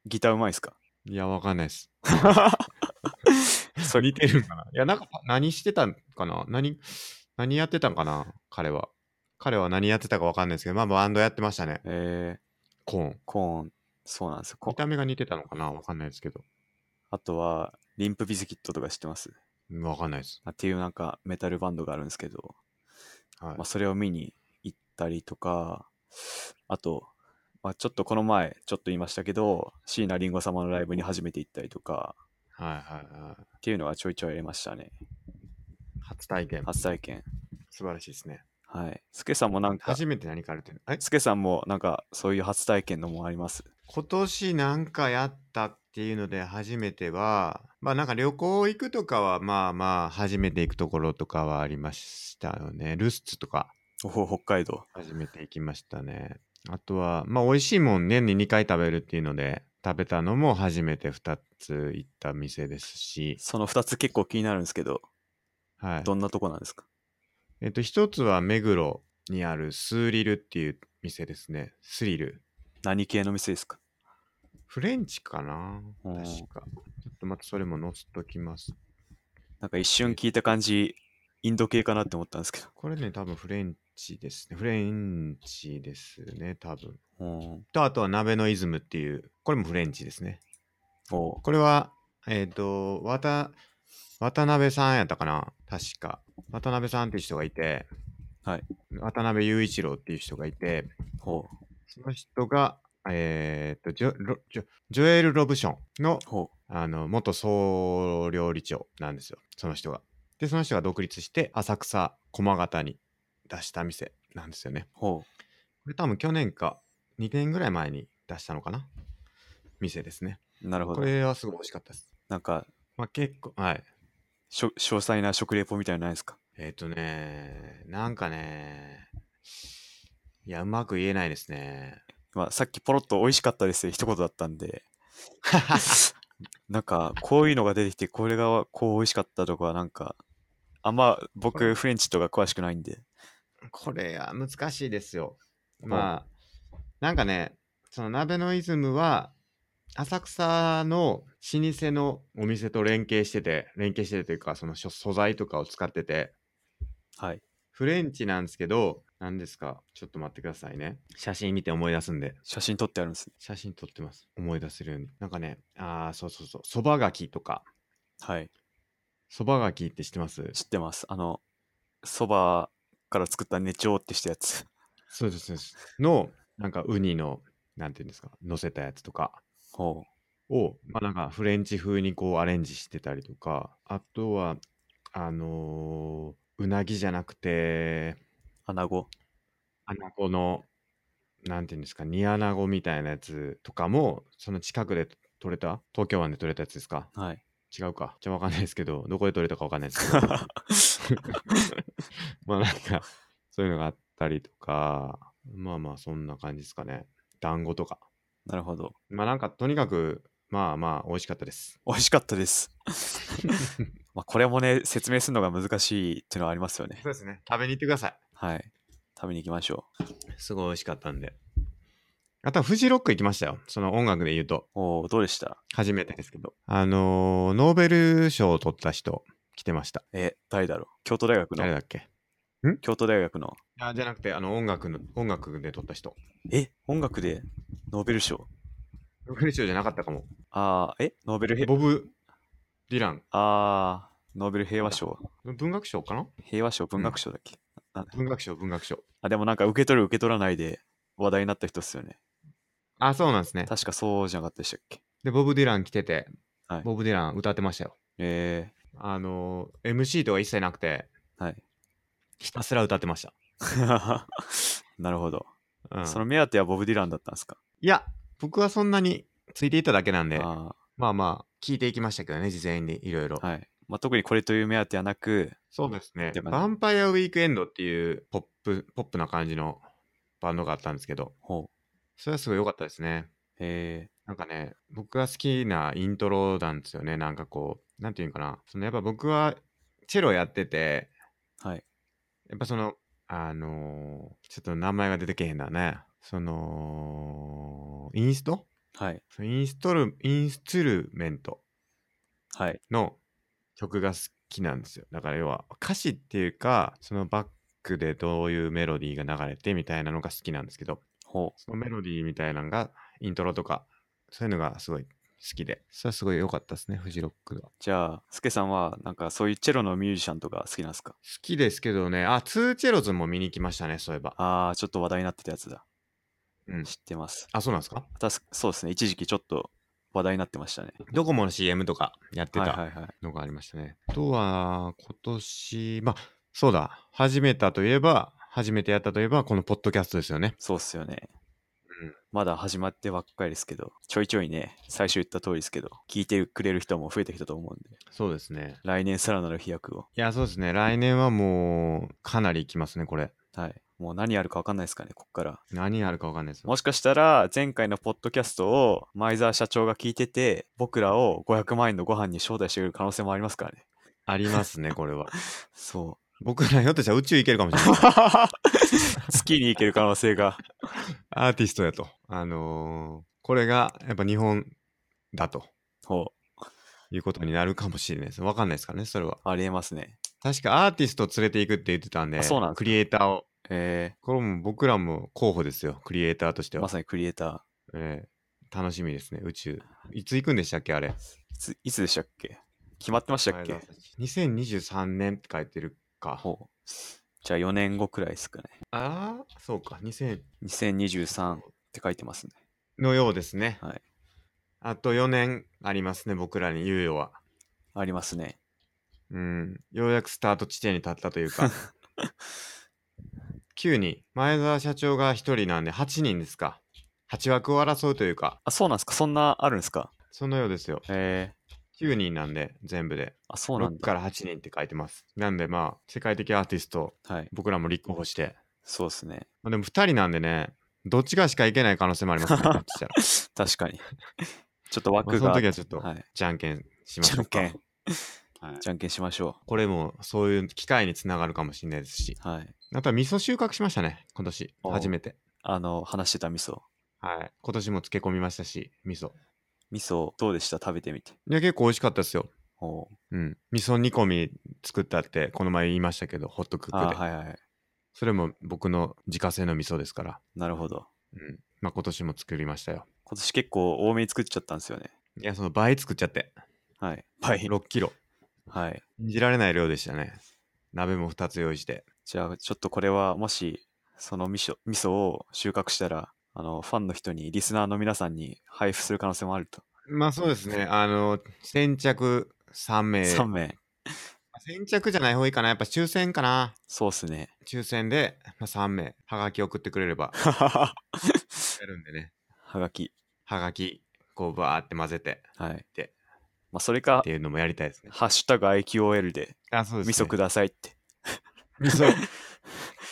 Speaker 2: ギターうまいで すか
Speaker 1: いや、わかんないです。
Speaker 2: それ
Speaker 1: 似てるんか ないや、なんかパ何してたんかな何、何やってたんかな彼は。彼は何やってたかわかんないですけど、まあバンドやってましたね。
Speaker 2: えー、
Speaker 1: コーン。
Speaker 2: コーン、そうなんですよ。コーン
Speaker 1: 見た目が似てたのかなわかんないですけど。
Speaker 2: あとは、リンプビズキットとか知ってます
Speaker 1: うんわかんないです。
Speaker 2: あっていうなんかメタルバンドがあるんですけど、
Speaker 1: はい
Speaker 2: まあ、。それを見に行ったりとか、あと、まあ、ちょっとこの前、ちょっと言いましたけど、椎名林檎様のライブに初めて行ったりとか、
Speaker 1: はいはいはい。
Speaker 2: っていうのはちょいちょいありましたね。
Speaker 1: 初体験。
Speaker 2: 初体験。
Speaker 1: 素晴らしいですね。
Speaker 2: はい。スケさんもなんか、
Speaker 1: 初めて何かやるってるえ
Speaker 2: スケさんもなんかそういう初体験のもあります。
Speaker 1: 今年なんかやったっていうので初めては、まあなんか旅行行くとかはまあまあ初めて行くところとかはありましたよね。ルスツとか。
Speaker 2: おほ、北海道。
Speaker 1: 初めて行きましたね。あとは、まあ、美味しいもん年に2回食べるっていうので、食べたのも初めて2つ行った店ですし、
Speaker 2: その2つ結構気になるんですけど、
Speaker 1: はい。
Speaker 2: どんなとこなんですか
Speaker 1: えっと、1つは目黒にあるスーリルっていう店ですね。スリル。
Speaker 2: 何系の店ですか
Speaker 1: フレンチかな
Speaker 2: うん
Speaker 1: 確か。ちょっとまたそれも載せときます。
Speaker 2: なんか一瞬聞いた感じ、インド系かなって思ったんですけど。
Speaker 1: これね、多分フレンチですね。フレンチですね、多分。
Speaker 2: うん
Speaker 1: と、あとは鍋のイズムっていう、これもフレンチですね。
Speaker 2: おう
Speaker 1: これは、えっ、と、わた、渡辺さんやったかな確か。渡辺さんっていう人がいて、
Speaker 2: はい。
Speaker 1: 渡辺雄一郎っていう人がいて、
Speaker 2: ほ
Speaker 1: その人が、えっ、とジョロジョ、ジョエル・ロブションの
Speaker 2: う。ほ
Speaker 1: あの元総料理長なんですよ、その人が。で、その人が独立して、浅草駒形に出した店なんですよね。
Speaker 2: う。ほ
Speaker 1: これ多分去年か2年ぐらい前に出したのかな店ですね。
Speaker 2: う。なるほ
Speaker 1: こ
Speaker 2: ど。
Speaker 1: れはすごい美味しかったです。
Speaker 2: なんか、
Speaker 1: まあ結構、はい。
Speaker 2: しょ詳細な食レポみたいなのないですか
Speaker 1: えっ、とね、なんかね、いや、うまく言えないですね。
Speaker 2: まあ、さっきポロッと美味しかったですって一言だったんで、なんか、こういうのが出てきて、これがこう美味しかったとか、なんか、あんま僕、フレンチとか詳しくないんで。
Speaker 1: これは難しいですよ。
Speaker 2: ん
Speaker 1: まあ、なんかね、その鍋のイズムは、浅草の老舗のお店と連携してて、連携しててというか、その素素材とかを使ってて、
Speaker 2: はい。
Speaker 1: フレンチなんですけど、何ですかちょっと待ってくださいね。写真見て思い出すんで。
Speaker 2: 写真撮ってあるんですね。
Speaker 1: 写真撮ってます。思い出せるように。なんかね、ああ、そうそうそう。そばがきとか。
Speaker 2: はい。
Speaker 1: そばがきって知ってます
Speaker 2: 知ってます。あの、そばから作ったネチョウってしたやつ。
Speaker 1: そうですそうです。の、なんかウニの、なんていうんですか、乗せたやつとか。
Speaker 2: ほ
Speaker 1: を、まあ、なんかフレンチ風にこうアレンジしてたりとかあとはあのーうなぎじゃなくて
Speaker 2: う。穴子。
Speaker 1: アナゴのなんていうんですか煮アナゴみたいなやつとかもその近くで取れた東京湾で取れたやつですか
Speaker 2: はい。
Speaker 1: 違うかじゃあ分かんないですけどどこで取れたか分かんないですけ どまあなんかそういうのがあったりとかまあまあそんな感じですかね団子とか
Speaker 2: なるほど。
Speaker 1: まあなんかとにかくまあまあ美味しかったです
Speaker 2: 美味しかっ たです。まあこれもね、説明するのが難しいっていうのはありますよね。
Speaker 1: そうですね。食べに行ってください。
Speaker 2: はい。食べに行きましょ
Speaker 1: すごい美味しかったんで。あとはフジロック行きましたよ。その音楽で言うと。
Speaker 2: う。おお、どうでした
Speaker 1: 初めてですけど。あのーノーベル賞を取った人来てました。
Speaker 2: え、誰だろう京都大学
Speaker 1: 誰
Speaker 2: の。
Speaker 1: だっけ
Speaker 2: 京都大学の。
Speaker 1: あじゃなくて、あの音楽の、音楽で取った人。
Speaker 2: え、音楽でノーベル賞
Speaker 1: ノーベル賞じゃなかったかも。
Speaker 2: ああ、え、ノーベル平
Speaker 1: ボブ・ディラン。
Speaker 2: ああ、ノーベル平和賞。
Speaker 1: 文学賞かな
Speaker 2: 平和賞、文学賞だっけ、
Speaker 1: 文学賞、文学賞。
Speaker 2: あ、でもなんか受け取る受け取らないで話題になった人っすよね。
Speaker 1: あ、そうなんですね。
Speaker 2: 確かそうじゃなかったでしたっけ
Speaker 1: で、ボブ・ディラン来てて、
Speaker 2: はい
Speaker 1: ボブ・ディラン歌ってましたよ。
Speaker 2: え
Speaker 1: あのー MC とか一切なくて、
Speaker 2: ー、はい。
Speaker 1: ひたすら歌ってました。
Speaker 2: なるほど、
Speaker 1: うん、
Speaker 2: その目当てはボブ・ディランだったんですか
Speaker 1: いや、僕はそんなについていっただけなんで、
Speaker 2: あ
Speaker 1: まあまあ、聞いていきましたけどね、事前にいろいろ。
Speaker 2: あ、はい。まあ、特にこれという目当てはなく、
Speaker 1: そうですね。
Speaker 2: で
Speaker 1: ヴ
Speaker 2: も
Speaker 1: ァンパイアウィークエンドっていうポップ、ポップな感じのバンドがあったんですけど、
Speaker 2: ほう。
Speaker 1: それはすごい良かったですね。
Speaker 2: え
Speaker 1: なんかね、僕が好きなイントロなんですよね。なんかこう、なんていうんかな。そのやっぱ僕はチェロやってて、
Speaker 2: ー、はい。
Speaker 1: やっぱその、あのーちょっと名前が出てけへんだね。その、インスト
Speaker 2: はい。
Speaker 1: そのインストル、インストゥルメント
Speaker 2: はい。
Speaker 1: の曲が好きなんですよ。だから要は歌詞っていうか、そのバックでどういうメロディーが流れてみたいなのが好きなんですけど、
Speaker 2: ほ
Speaker 1: そのメロディーみたいなのがイントロとか、そういうのがすごい好きで、それはすごい良かったですね、フジロックが。好
Speaker 2: う。じゃあ、スケさんは、なんかそういうチェロのミュージシャンとか好きなんですか
Speaker 1: きですけどね、あ、ツーチェロズも見に来ましたね、そういえば。
Speaker 2: ああ、ちょっと話題になってたやつだ。
Speaker 1: うん
Speaker 2: 知ってます。
Speaker 1: あ、そうなんですか
Speaker 2: たすそうですね、一時期ちょっと話題になってましたね。
Speaker 1: ドコモの CM とかやって
Speaker 2: はい
Speaker 1: た
Speaker 2: はいはい。
Speaker 1: のがありましたね。あとは、今年、まあ、そうだ、始めたといえば、初めてやったといえば、このポッドキャストですよね。
Speaker 2: そうっすよね。
Speaker 1: うん
Speaker 2: まだ始まってばっかりですけど、ちょいちょいね、最初言った通りですけど、聞いてくれる人も増えてきたと思うんで、
Speaker 1: そうですね。
Speaker 2: 来年さらなる飛躍を。
Speaker 1: いや、そうですね。来年はもう、かなりいきますね、これ。
Speaker 2: はい。もう何やるか分かんないですからね、こっから。
Speaker 1: 何あるかわかんないですよ。
Speaker 2: もしかしたら、前回のポッドキャストを前澤社長が聞いてて、僕らを500万円のご飯に招待してくれる可能性もありますからね。
Speaker 1: ありますね、これは。
Speaker 2: そ
Speaker 1: 僕らひょっとしたら宇宙行けるかもしれ な
Speaker 2: う
Speaker 1: い。。
Speaker 2: 月に行ける可能性が。
Speaker 1: アーティストやと。あのーこれが、やっぱ日本だと
Speaker 2: ほ
Speaker 1: いうことになるかもしれないです。わかんないですからね、それは。
Speaker 2: う、ありえますね。
Speaker 1: 確かアーティストを連れていくって言ってたんで、
Speaker 2: あそうなんですか
Speaker 1: クリエイターを。
Speaker 2: えー、
Speaker 1: これも僕らも候補ですよ、クリエイターとしては。
Speaker 2: まさにクリエイタ
Speaker 1: ええ楽しみですね、宇宙。いつ行くんでしたっけ、あれ。
Speaker 2: いついつでしたっけ決まってましたっけ
Speaker 1: 前田さん ?2023 年って書いてるか。
Speaker 2: ほう。じゃあ4年後くらいですかね。
Speaker 1: ああ、そうか、2000
Speaker 2: 2023って書いてますね。
Speaker 1: のようですね。
Speaker 2: はい。
Speaker 1: あと4年ありますね、僕らに猶予は。
Speaker 2: ありますね。
Speaker 1: うん、ようやくスタート地点に立ったという か。急に、前澤社長が1人なんで8人ですか。8枠を争うというか、
Speaker 2: あ、そうなんですかそんなあるんですか
Speaker 1: そのようですよ。
Speaker 2: へえ。
Speaker 1: 9人なんで、全部で。
Speaker 2: あ、そうなん
Speaker 1: 6
Speaker 2: だ。
Speaker 1: から8人って書いてます。なんでまあ、世界的アーティスト、
Speaker 2: はい。
Speaker 1: 僕らも立候補して。
Speaker 2: そうですね。
Speaker 1: まあ、でも2人なんでね、どっちかしかいけない可能性もあり ますね。こっちしたら
Speaker 2: 確かに。ちょっと
Speaker 1: まあ
Speaker 2: 枠
Speaker 1: そ
Speaker 2: が。
Speaker 1: の時はちょっと、
Speaker 2: はい。
Speaker 1: じゃんけんしまし
Speaker 2: じ
Speaker 1: ょう
Speaker 2: ゃ
Speaker 1: んか。
Speaker 2: けん。
Speaker 1: はい
Speaker 2: じゃんけんしましょ
Speaker 1: これもそういう機会につながるかもしれないですし。
Speaker 2: う。はい。
Speaker 1: あとは味噌収穫しましたね、今年。
Speaker 2: おう
Speaker 1: 初めて。
Speaker 2: あの、話してた味噌。
Speaker 1: はい。今年も漬け込みましたし、味噌。
Speaker 2: 味噌、どうでした食べてみて。
Speaker 1: いや、結構美味しかったですよ。
Speaker 2: おう
Speaker 1: うん。味噌煮込み作ったって、この前言いましたけど、ホットクック
Speaker 2: あー
Speaker 1: で。
Speaker 2: はいはいはい。
Speaker 1: それも僕の自家製の味噌ですから。
Speaker 2: なるほど。
Speaker 1: うん。まあ今年も作りましたよ。
Speaker 2: 今年結構多めに作っちゃったんですよね。
Speaker 1: いや、その倍作っちゃって。
Speaker 2: はい。倍。
Speaker 1: 6キロ。
Speaker 2: はい。
Speaker 1: 信じられない量でしたね。鍋も2つ用意して。
Speaker 2: じゃあ、ちょっとこれは、もし、その味噌味噌を収穫したら、あの、ファンの人に、リスナーの皆さんに配布する可能性もあると。
Speaker 1: まあそうですね。あの、先着3名。
Speaker 2: 3名。
Speaker 1: 先着じゃない方がいいかな。やっぱ抽選かな。
Speaker 2: そうっ すね。
Speaker 1: 抽選で、まあ、3名、はがき送ってくれれば、
Speaker 2: は
Speaker 1: やるんでね、
Speaker 2: がき。
Speaker 1: はがき、こう、バーって混ぜて
Speaker 2: はい。
Speaker 1: で
Speaker 2: まあ、それか
Speaker 1: って、いうのもやりたいですね。
Speaker 2: ハッシュタグ IQOL で、
Speaker 1: あ、そう
Speaker 2: 味噌 く
Speaker 1: だ。
Speaker 2: ださいって。
Speaker 1: 味噌、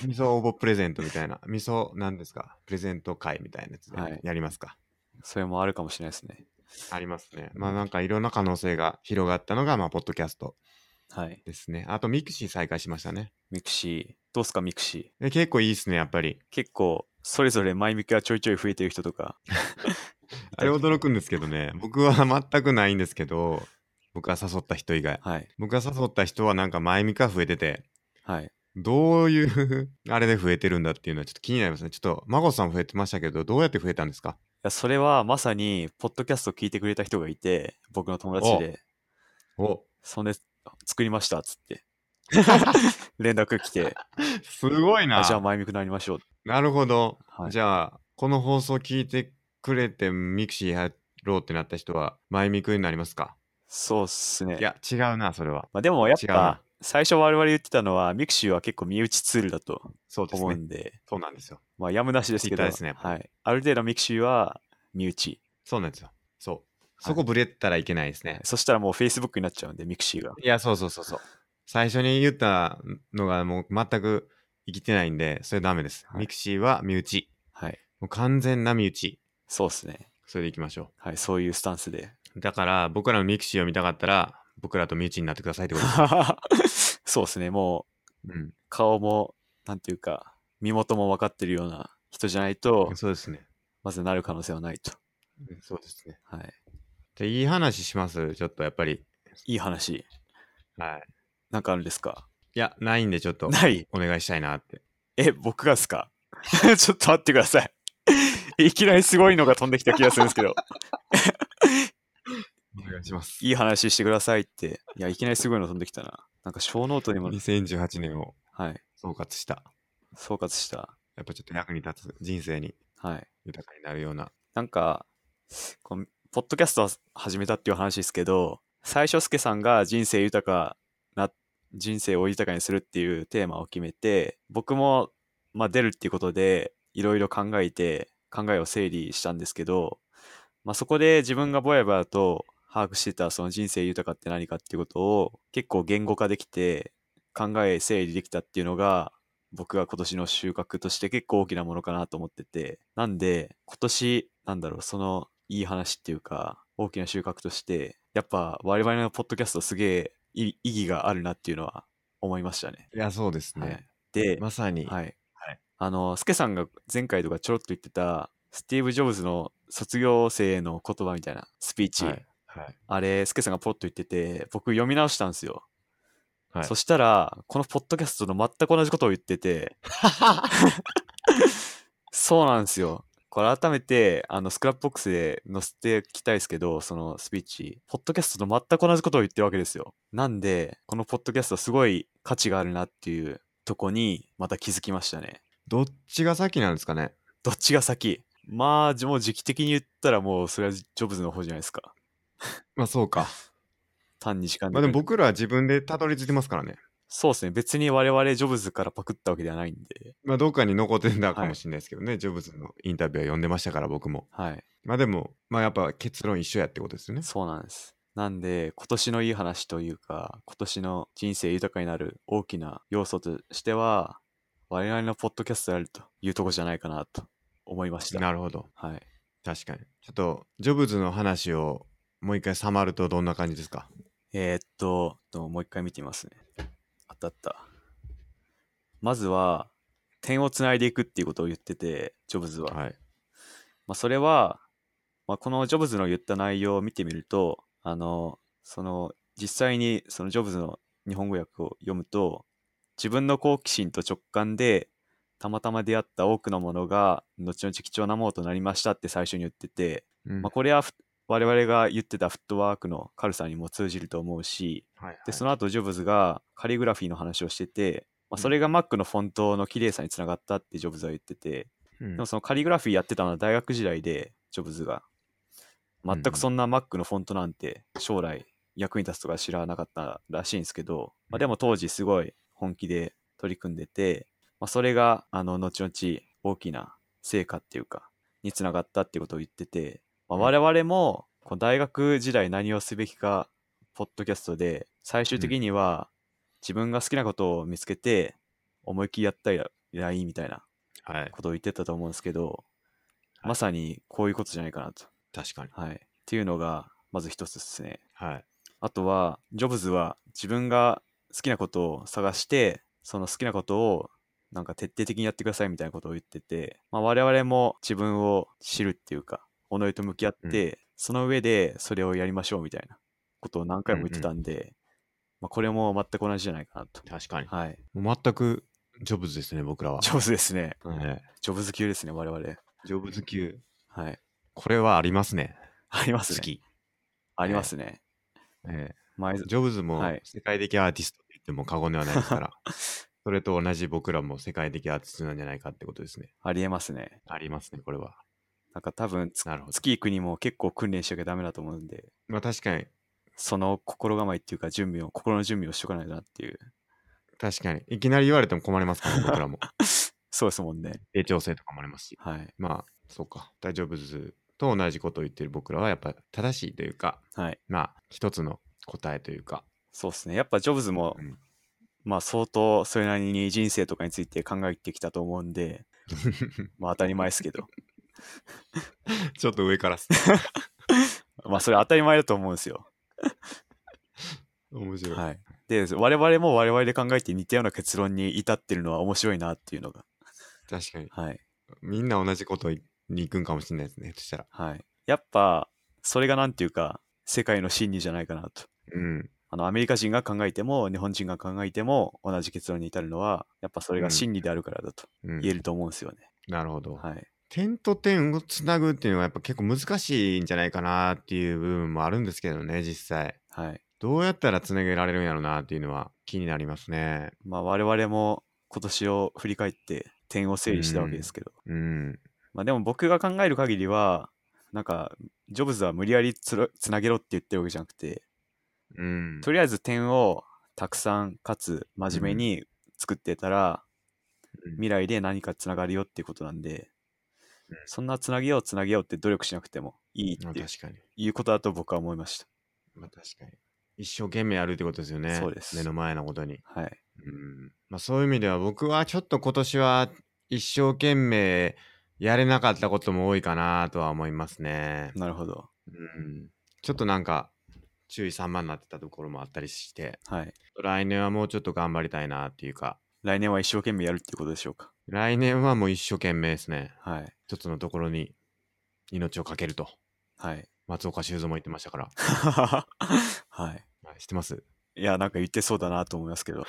Speaker 1: 味噌応募プレゼントみたいな、味噌、なんですか、プレゼント会みたいなやつ
Speaker 2: はい
Speaker 1: でやりますか。
Speaker 2: それもあるかもしれないですね。
Speaker 1: ありますね。まあなんかいろんな可能性が広がったのが、まあ、ポッドキャスト
Speaker 2: はい。
Speaker 1: ですね。あと、ミクシー再開しましたね。
Speaker 2: ミクシー。どうっすか、ミクシ
Speaker 1: で結構いいですね、やっぱり。
Speaker 2: ー。結構、それぞれ前ミクがちょいちょい増えてる人とか。
Speaker 1: あれ驚くんですけど ね、僕は全くないんですけど、僕が誘った人以外。
Speaker 2: はい。
Speaker 1: 僕が誘った人はなんか前見か増えてて、
Speaker 2: はい。
Speaker 1: どういう あれで増えてるんだっていうのはちょっと気になりますね。ちょっと、孫さん増えてましたけど、どうやって増えたんですか
Speaker 2: いやそれはまさに、ポッドキャストを聞いてくれた人がいて、僕の友達で、
Speaker 1: お
Speaker 2: そんで、作りましたっ つって、連絡来て、
Speaker 1: すごい
Speaker 2: あ
Speaker 1: な。
Speaker 2: じゃあ前向きになりましょう。
Speaker 1: なるほど。
Speaker 2: はい
Speaker 1: じゃあ、この放送聞いてくれて、ミクシーやろうってなった人は、前見くになりますか
Speaker 2: そうっすね。
Speaker 1: いや、違うな、それは。
Speaker 2: まあ、でもやっ
Speaker 1: 違うな
Speaker 2: ぱ、最初我々言ってたのは、ミクシーは結構身内ツールだと
Speaker 1: そうです
Speaker 2: 思う
Speaker 1: ね。
Speaker 2: んで、
Speaker 1: そうなんですよ。
Speaker 2: まあやむなしですけど、
Speaker 1: 言いたいですねやっぱ
Speaker 2: はい、ある程度ミクシーは身内。
Speaker 1: そうなんですよ。そう。そこぶれたらいけないですね。
Speaker 2: そしたらもう Facebook になっちゃうんで、ミクシーが。
Speaker 1: いや、そうそうそうそう。最初に言ったのがもう全く生きてないんで、それダメです。
Speaker 2: はい
Speaker 1: ミクシーは身内。
Speaker 2: はい。
Speaker 1: もう完全な身内。
Speaker 2: そうっすね。
Speaker 1: それでいきましょ
Speaker 2: はい、そういうスタンスで。
Speaker 1: う。だから、僕らのミクシーを見たかったら、僕らと身内になってくださいってことです。
Speaker 2: そうっすね。も
Speaker 1: うん
Speaker 2: う、顔も、なんていうか、身元も分かってるような人じゃないと、
Speaker 1: そうですね。
Speaker 2: まずなる可能性はないと。
Speaker 1: そうですね。
Speaker 2: はい。
Speaker 1: で、いい話しますちょっとやっぱり。
Speaker 2: いい話、
Speaker 1: はい。
Speaker 2: なんかあるんですか
Speaker 1: いや、ないんでちょっと、
Speaker 2: ない
Speaker 1: お願いしたいなって。
Speaker 2: え、僕がですか ちょっと待ってください。いきなりすごいのが飛んできた気がするんですけど、
Speaker 1: お願いします。
Speaker 2: いい話してくださいって。いや、いきなりすごいの飛んできたな。なんか小ノートにも、
Speaker 1: 2018年を
Speaker 2: はい、
Speaker 1: 総括した。
Speaker 2: 総括した。
Speaker 1: やっぱちょっと役に立つ人生に
Speaker 2: はい。
Speaker 1: 豊かになるような。
Speaker 2: なんか、このポッドキャストを始めたっていう話ですけど、最初、すけさんが人生豊かな、人生を豊かにするっていうテーマを決めて、僕も、まあ、出るっていうことで、いろいろ考えて、考えを整理したんですけど、まあ、そこで自分がぼやぼやと把握してたその人生豊かって何かっていうことを結構言語化できて考え整理できたっていうのが僕が今年の収穫として結構大きなものかなと思っててなんで今年なんだろうそのいい話っていうか大きな収穫としてやっぱ我々のポッドキャストすげえ意意義があるなっていうのは思いましたね。
Speaker 1: いや、そうです
Speaker 2: は
Speaker 1: ね。
Speaker 2: い、で、
Speaker 1: まさに、
Speaker 2: はい。
Speaker 1: はい
Speaker 2: あの、スケさんが前回とかちょろっと言ってた、スティーブ・ジョブズの卒業生への言葉みたいなスピーチ、
Speaker 1: はいはい
Speaker 2: あれ、スケさんがポロッと言ってて、僕読み直したんですよ。
Speaker 1: はい
Speaker 2: そしたら、このポッドキャストの全く同じことを言ってて、そうなんですよ。これ改めて、あの、スクラップボックスで載せていきたいですけど、そのスピーチ、ポッドキャストと全く同じことを言ってるわけですよ。なんで、このポッドキャストすごい価値があるなっていうとこに、また気づきましたね。
Speaker 1: どっちが先なんですかね
Speaker 2: どっちが先まあ、じもう時期的に言ったらもう、それはジョブズの方じゃないですか。
Speaker 1: まあそうか。
Speaker 2: 単に時間
Speaker 1: まあでも
Speaker 2: かけて
Speaker 1: 僕らは自分でたどり着いてますからね。
Speaker 2: そうですね。別に我々ジョブズからパクったわけではないんで。
Speaker 1: まあどっかに残ってたかもしれないですけどね、ジョブズのインタビューは読んでましたから僕も。
Speaker 2: はい。
Speaker 1: まあでも、まあやっぱ結論一緒やってことですよね。
Speaker 2: そうなんです。なんで、今年のいい話というか、今年の人生豊かになる大きな要素としては、我々のポッドキャストであるというとこじゃないかなと思いました。
Speaker 1: なるほど。
Speaker 2: はい。
Speaker 1: 確かに。ちょっと、ジョブズの話をもう一回さまるとどんな感じですか
Speaker 2: えーっと、ともう一回見てみますね。あったあった。まずは、点をつないでいくっていうことを言ってて、ジョブズは。
Speaker 1: はい。
Speaker 2: まあ、それは、まあ、このジョブズの言った内容を見てみると、あの、その、実際にそのジョブズの日本語訳を読むと、自分の好奇心と直感で、たまたま出会った多くのものが、後々貴重なものとなりましたって最初に言ってて、
Speaker 1: うん
Speaker 2: まあ、これはふ我々が言ってたフットワークの軽さにも通じると思うし、
Speaker 1: はいはい
Speaker 2: で、その後、ジョブズがカリグラフィーの話をしてて、まあ、それが Mac のフォントの綺麗さにつながったってジョブズは言ってて、
Speaker 1: うん
Speaker 2: でもそのカリグラフィーやってたのは大学時代で、ジョブズが。全くそんな Mac のフォントなんて将来役に立つとか知らなかったらしいんですけど、まあ、でも当時すごい本気で取り組んでて、まあ、それがあの後々大きな成果っていうか、につながったっていうことを言ってて、まあ、
Speaker 1: うん
Speaker 2: 我々もこう大学時代何をすべきか、ポッドキャストで最終的には自分が好きなことを見つけて思いっきりやったらいいみたいな
Speaker 1: はい。
Speaker 2: ことを言ってたと思うんですけど、
Speaker 1: はい
Speaker 2: まさにこういうことじゃないかなと。
Speaker 1: 確かに。
Speaker 2: はい。っていうのが、まず一つですね。
Speaker 1: はい。
Speaker 2: あとは、ジョブズは自分が好きなことを探して、その好きなことをなんか徹底的にやってくださいみたいなことを言ってて、まあ、我々も自分を知るっていうか、己と向き合って、その上でそれをやりましょうみたいなことを何回も言ってたんで、まあ、これも全く同じじゃないかなと。
Speaker 1: 確かに。
Speaker 2: はい。
Speaker 1: もう全くジョブズですね、僕らは。
Speaker 2: ジョブズですね。
Speaker 1: ね
Speaker 2: ジョブズ級ですね、我々。
Speaker 1: ジョブズ級。
Speaker 2: はい。
Speaker 1: これはありますね。
Speaker 2: ありま
Speaker 1: 好
Speaker 2: すね。
Speaker 1: き。
Speaker 2: ありますね。
Speaker 1: ええ
Speaker 2: 前
Speaker 1: ジョブズも
Speaker 2: はい
Speaker 1: 世界的アーティストって言っても過言ではないですから、それと同じ僕らも世界的アーティストなんじゃないかってことですね。
Speaker 2: ありえますね。
Speaker 1: ありますね、これは。
Speaker 2: なんか多分つ、
Speaker 1: なるほど。
Speaker 2: 月行くにも結構訓練しなきゃダメだと思うんで、
Speaker 1: まあ確かに、
Speaker 2: その心構えっていうか、準備を、心の準備をしとかないとなっていう。
Speaker 1: 確かに。いきなり言われても困りますから、僕 らも。
Speaker 2: そうですもんね。
Speaker 1: で、調整とかもありますし。
Speaker 2: はい。
Speaker 1: まあ、そうか。大丈夫ズと同じことを言ってる僕らは、やっぱ正しいというか、
Speaker 2: はい。
Speaker 1: まあ、一つの答えというか。
Speaker 2: そうですね。やっぱジョブズも、
Speaker 1: うん
Speaker 2: まあ相当それなりに人生とかについて考えてきたと思うん で、まあ当たり前ですけど、
Speaker 1: ちょっと上からっす。
Speaker 2: まあそれ当たり前だと思うんですよ。
Speaker 1: 面白い。
Speaker 2: はい。で、我々も我々で考えて似たような結論に至ってるのは面白いなっていうのが。
Speaker 1: 確かに。
Speaker 2: はい。
Speaker 1: みんな同じことに行くんかもしれないですね、そしたら。
Speaker 2: はい。やっぱ、それがなんていうか、世界の真理じゃないかなと。
Speaker 1: うん。
Speaker 2: あのアメリカ人が考えても日本人が考えても同じ結論に至るのはやっぱそれが真理であるからだと
Speaker 1: うん、
Speaker 2: 言えると思うんですよね。
Speaker 1: なるほど。
Speaker 2: はい、
Speaker 1: 点と点をつなぐっていうのはやっぱ結構難しいんじゃないかなっていう部分もあるんですけどね実際
Speaker 2: はい。
Speaker 1: どうやったらつなげられるんやろうなっていうのは気になりますね
Speaker 2: まあ我々も今年を振り返って点を整理したわけですけど、
Speaker 1: うん
Speaker 2: まあでも僕が考える限りはなんかジョブズは無理やりつろつなげろって言ってるわけじゃなくて
Speaker 1: うん
Speaker 2: とりあえず点をたくさんかつ真面目に作ってた
Speaker 1: う
Speaker 2: ら、
Speaker 1: ん
Speaker 2: 未来で何かつながるよっていうことなんで、
Speaker 1: うん
Speaker 2: そんなつなげようつなげようって努力しなくてもいい
Speaker 1: ま
Speaker 2: っ
Speaker 1: あ
Speaker 2: ていう
Speaker 1: 確かに
Speaker 2: いうことだと僕は思いまし
Speaker 1: まあ確かに一生懸命やるってことですよね
Speaker 2: そうです
Speaker 1: 目の前のことに
Speaker 2: た。はい。
Speaker 1: うんまあそういう意味では僕はちょっと今年は一生懸命やれなかったことも多いかなとは思いますね
Speaker 2: なるほど。
Speaker 1: うんちょっとなんか注意散漫になってたところもあったりして
Speaker 2: はい。
Speaker 1: 来年はもうちょっと頑張りたいなっていうか、
Speaker 2: 来年は一生懸命やるっていうことでしょうか。
Speaker 1: 来年はもう一生懸命ですね。
Speaker 2: はい。
Speaker 1: 一つのところに命を懸けると、
Speaker 2: はい。
Speaker 1: 松岡修造も言ってましたから。
Speaker 2: は
Speaker 1: はい知ってます
Speaker 2: い。いや、なんか言ってそうだなと思いますけど。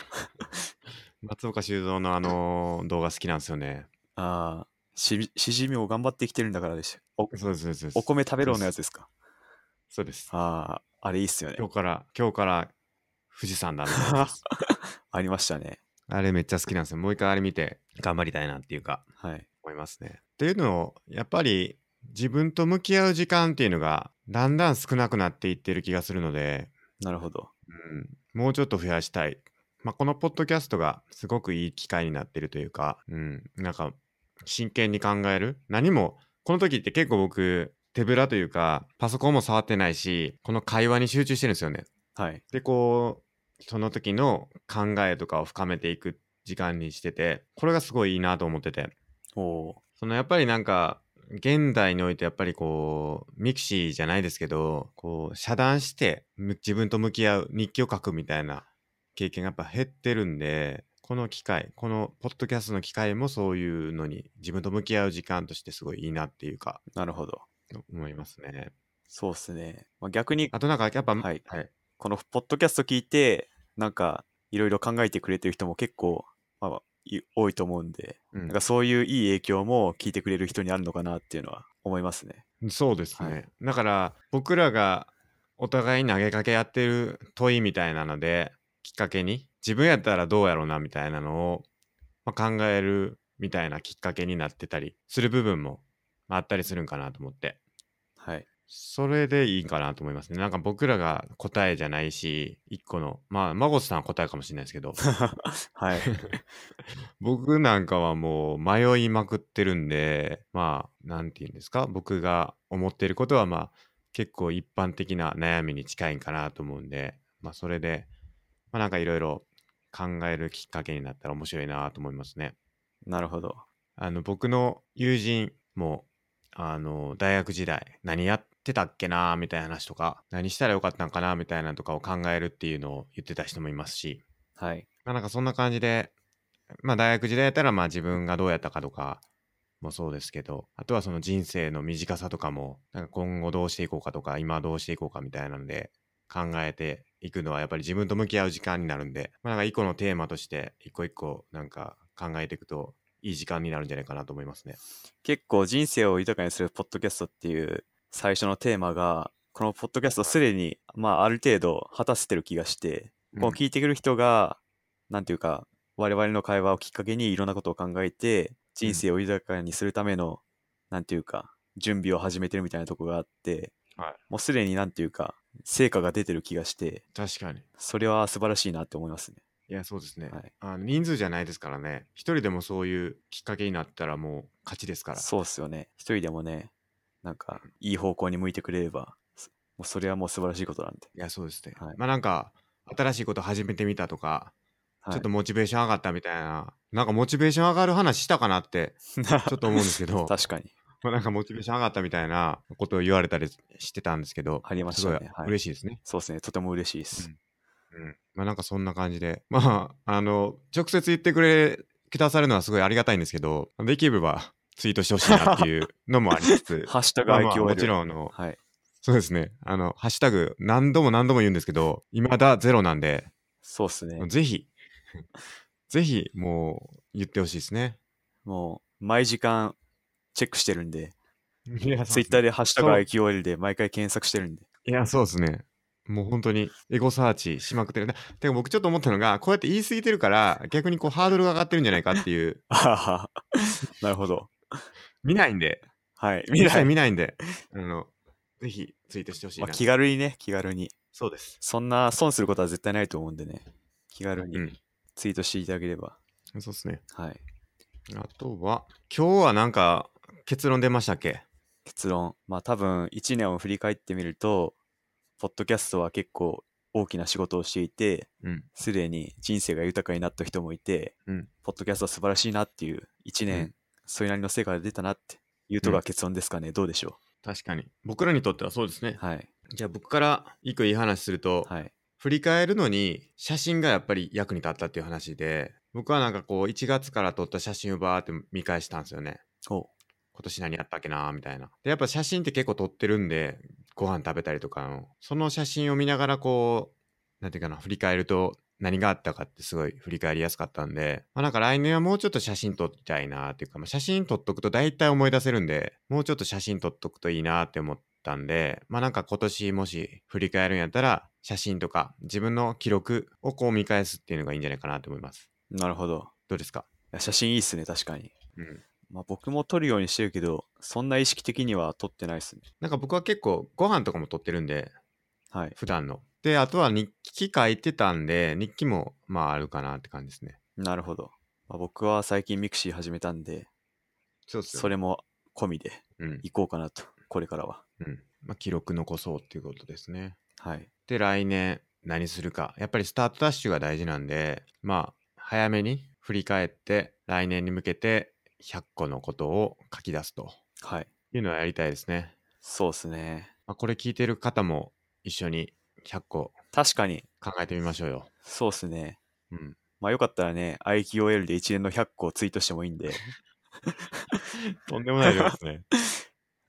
Speaker 1: 松岡修造のあのー動画好きなんですよね。
Speaker 2: ああ、ししじみを頑張って生きてるんだからでしたお
Speaker 1: そうですそうですそうです
Speaker 2: お米食べろのやつですか
Speaker 1: そうです
Speaker 2: あああれいいっすよね
Speaker 1: 今日から今日から富士山だみたいなやつです
Speaker 2: ありましたね
Speaker 1: あれめっちゃ好きなんですよもう一回あれ見て頑張りたいなっていうか
Speaker 2: はい
Speaker 1: 思いますねっていうのをやっぱり自分と向き合う時間っていうのがだんだん少なくなっていってる気がするので、
Speaker 2: なるほど
Speaker 1: うん、もうちょっと増やしたい、まあ、このポッドキャストがすごくいい機会になってるというか、うん、なんか真剣に考える何もこの時って結構僕手ぶらというかパソコンも触ってないしこの会話に集中してるんですよね
Speaker 2: はい
Speaker 1: でこうその時の考えとかを深めていく時間にしててこれがすごいいいなと思ってて
Speaker 2: おお
Speaker 1: そのやっぱりなんか現代においてやっぱりこうミクシーじゃないですけどこう遮断してむ自分と向き合う日記を書くみたいな経験がやっぱ減ってるんでこの機会このポッドキャストの機会もそういうのに自分と向き合う時間としてすごいいいなっていうか
Speaker 2: ーなるほど
Speaker 1: 思いますね。
Speaker 2: そうっすね、まあ、逆に
Speaker 1: あとなんかやっぱ、
Speaker 2: はい
Speaker 1: はい、
Speaker 2: このポッドキャスト聞いてなんかいろいろ考えてくれてる人も結構、まあ、い多いと思うんで
Speaker 1: うん
Speaker 2: なんかそういういい影響も聞いてくれる人にあるのかなっていうのは思いますね
Speaker 1: そうですね、
Speaker 2: は
Speaker 1: だから僕らがお互いに投げかけ合ってる問いみたいなのできっかけに自分やったらどうやろうなみたいなのを、まあ考えるみたいなきっかけになってたりする部分もまああったりするんかなと思って
Speaker 2: はい
Speaker 1: それでいいかなと思いますねなんか僕らが答えじゃないし一個のまあ孫さんは答えかもしれないですけど
Speaker 2: はい
Speaker 1: 僕なんかはもう迷いまくってるんでまあなんて言うんですか僕が思っていることはまあ結構一般的な悩みに近いんかなと思うんでまあそれでまあなんかいろいろ考えるきっかけになったら面白いなと思いますね。
Speaker 2: なるほど
Speaker 1: あの僕の友人もあの大学時代何やってたっけなみたいな話とか何したらよかったんかなみたいなのとかを考えるっていうのを言ってた人もいますし
Speaker 2: はい
Speaker 1: まあ、なんかそんな感じで、まあ、大学時代やったらまあ自分がどうやったかとかもそうですけどあとはその人生の短さとかもなんか今後どうしていこうかとか今どうしていこうかみたいなので考えていくのはやっぱり自分と向き合う時間になるんで、まあ、なんか一個のテーマとして一個一個なんか考えていくといい時間になるんじゃないかなと思いますね。
Speaker 2: 結構人生を豊かにするポッドキャストっていう最初のテーマがこのポッドキャストすでに、まあ、ある程度果たせてる気がして、こう聞いてくる人がなんていうか我々の会話をきっかけにいろんなことを考えて人生を豊かにするための、なんていうか準備を始めてるみたいなとこがあって、
Speaker 1: はい
Speaker 2: もうすでになんていうか成果が出てる気がして
Speaker 1: 確かに
Speaker 2: それは素晴らしいなって思いますね。
Speaker 1: いやそうですね、
Speaker 2: はい
Speaker 1: あの人数じゃないですからね一人でもそういうきっかけになったらもう勝ちですから
Speaker 2: そうっすよね。一人でもね、なんか、いい方向に向いてくれれば、そもうそれはもう素晴らしいことなんで。
Speaker 1: いや、そうですね。
Speaker 2: はい
Speaker 1: まあなんか、新しいこと始めてみたとか、
Speaker 2: はい、
Speaker 1: ちょっとモチベーション上がったみたいな、なんかモチベーション上がる話したかなって、 ちょっと思うんですけど、
Speaker 2: 確かに。
Speaker 1: まあなんかモチベーション上がったみたいなことを言われたりしてたんですけど、
Speaker 2: ありまし
Speaker 1: す
Speaker 2: た
Speaker 1: ごい
Speaker 2: ね。はい、
Speaker 1: 嬉しいですね。
Speaker 2: そうですね。とても嬉しいです。
Speaker 1: うん。まあなんかそんな感じで、 まあ、あの、直接言ってくれ、くださるのはすごいありがたいんですけど、できればツイートしてほしいなっていうのもありつ つ、
Speaker 2: ハッシュタグ
Speaker 1: まあ
Speaker 2: IQL。
Speaker 1: まあもち
Speaker 2: ん。
Speaker 1: ろんあの、
Speaker 2: はい。
Speaker 1: そうですね、あの、ハッシュタグ何度も何度も言うんですけど、未だゼロなんで、
Speaker 2: そうっすね。
Speaker 1: ぜひ、 ぜひ、もう、言ってほしいですね。
Speaker 2: もう、毎時間、チェックしてるんで、
Speaker 1: いや
Speaker 2: ツイッタ
Speaker 1: で。
Speaker 2: ーでハッシュタグ
Speaker 1: そう
Speaker 2: IQL で毎回検索してるんで。
Speaker 1: いや、そうですね。もう本当に、エゴサーチしまくってる。てか、僕ちょっと思ったのが、こうやって言い過ぎてるから、逆にこう、ハードルが上がってるんじゃないかっていう、
Speaker 2: あははなるほど。
Speaker 1: 見ないんで、
Speaker 2: はい。未
Speaker 1: 見な
Speaker 2: 来
Speaker 1: い、、見ないんで、あの、ぜひ、ツイートしてほしい
Speaker 2: まあ
Speaker 1: な。
Speaker 2: 気軽にね、気軽に。
Speaker 1: そうです。
Speaker 2: そんな損することは絶対ないと思うんでね。気軽
Speaker 1: う
Speaker 2: に
Speaker 1: ん。
Speaker 2: ツイートしていただければ。
Speaker 1: そうですね。
Speaker 2: はい。
Speaker 1: あとは、今日はなんか、結論出ましたっけ
Speaker 2: 結論まあ多分1年を振り返ってみるとポッドキャストは結構大きな仕事をしていて
Speaker 1: うん。
Speaker 2: すでに人生が豊かになった人もいて、
Speaker 1: うん
Speaker 2: ポッドキャストは素晴らしいなっていう1年、
Speaker 1: うん
Speaker 2: それなりの成果が出たなっていうと
Speaker 1: う
Speaker 2: が
Speaker 1: ん
Speaker 2: 結論ですかね、どうでしょ
Speaker 1: 確かに。僕らにとってはそうですね
Speaker 2: う。はい
Speaker 1: じゃあ、僕から、一個いい話すると、
Speaker 2: はい
Speaker 1: 振り返るのに写真がやっぱり役に立ったっていう話で僕はなんかこう1月から撮った写真をバーって見返したんですよね
Speaker 2: お
Speaker 1: 今年何やったっけなーみたいなでやっぱ写真って結構撮ってるんでご飯食べたりとかのその写真を見ながらこうなんていうかな振り返ると何があったかってすごい振り返りやすかったんで、まあ、なんか来年はもうちょっと写真撮りたいなっていうか、まあ、写真撮っとくと大体思い出せるんで、もうちょっと写真撮っとくといいなって思ったんで、まあなんか今年もし振り返るんやったら、写真とか自分の記録をこう見返すっていうのがいいんじゃないかなと思います。
Speaker 2: なるほど。
Speaker 1: どうですか
Speaker 2: いや写真いいっすね、確かに。
Speaker 1: うん。
Speaker 2: まあ、僕も撮るようにしてるけど、そんな意識的には撮ってないっすね。
Speaker 1: なんか僕は結構ご飯とかも撮ってるんで、
Speaker 2: はい。
Speaker 1: 普段の。で、あとは日記書いてたんで、日記もまああるかなって感じですね。
Speaker 2: なるほど。まあ、僕は最近ミクシー始めたんで、
Speaker 1: そうっすよ
Speaker 2: それも込みで
Speaker 1: うん。
Speaker 2: 行こうかなと、これからは。
Speaker 1: うん。まあ記録残そうっていうことですね。
Speaker 2: はい。
Speaker 1: で来年何するかやっぱりスタートダッシュが大事なんでまあ早めに振り返って来年に向けて100個のことを書き出すと
Speaker 2: はい。
Speaker 1: いうのをやりたいですね、
Speaker 2: そうっすね。
Speaker 1: まあ、これ聞いてる方も一緒に100個
Speaker 2: 確かに、
Speaker 1: 考えてみましょうよ、
Speaker 2: そうっすね。
Speaker 1: うん、
Speaker 2: まあよかったらね、IQOL で一連の100個ツイートしてもいいんで、
Speaker 1: とんでもない量ですね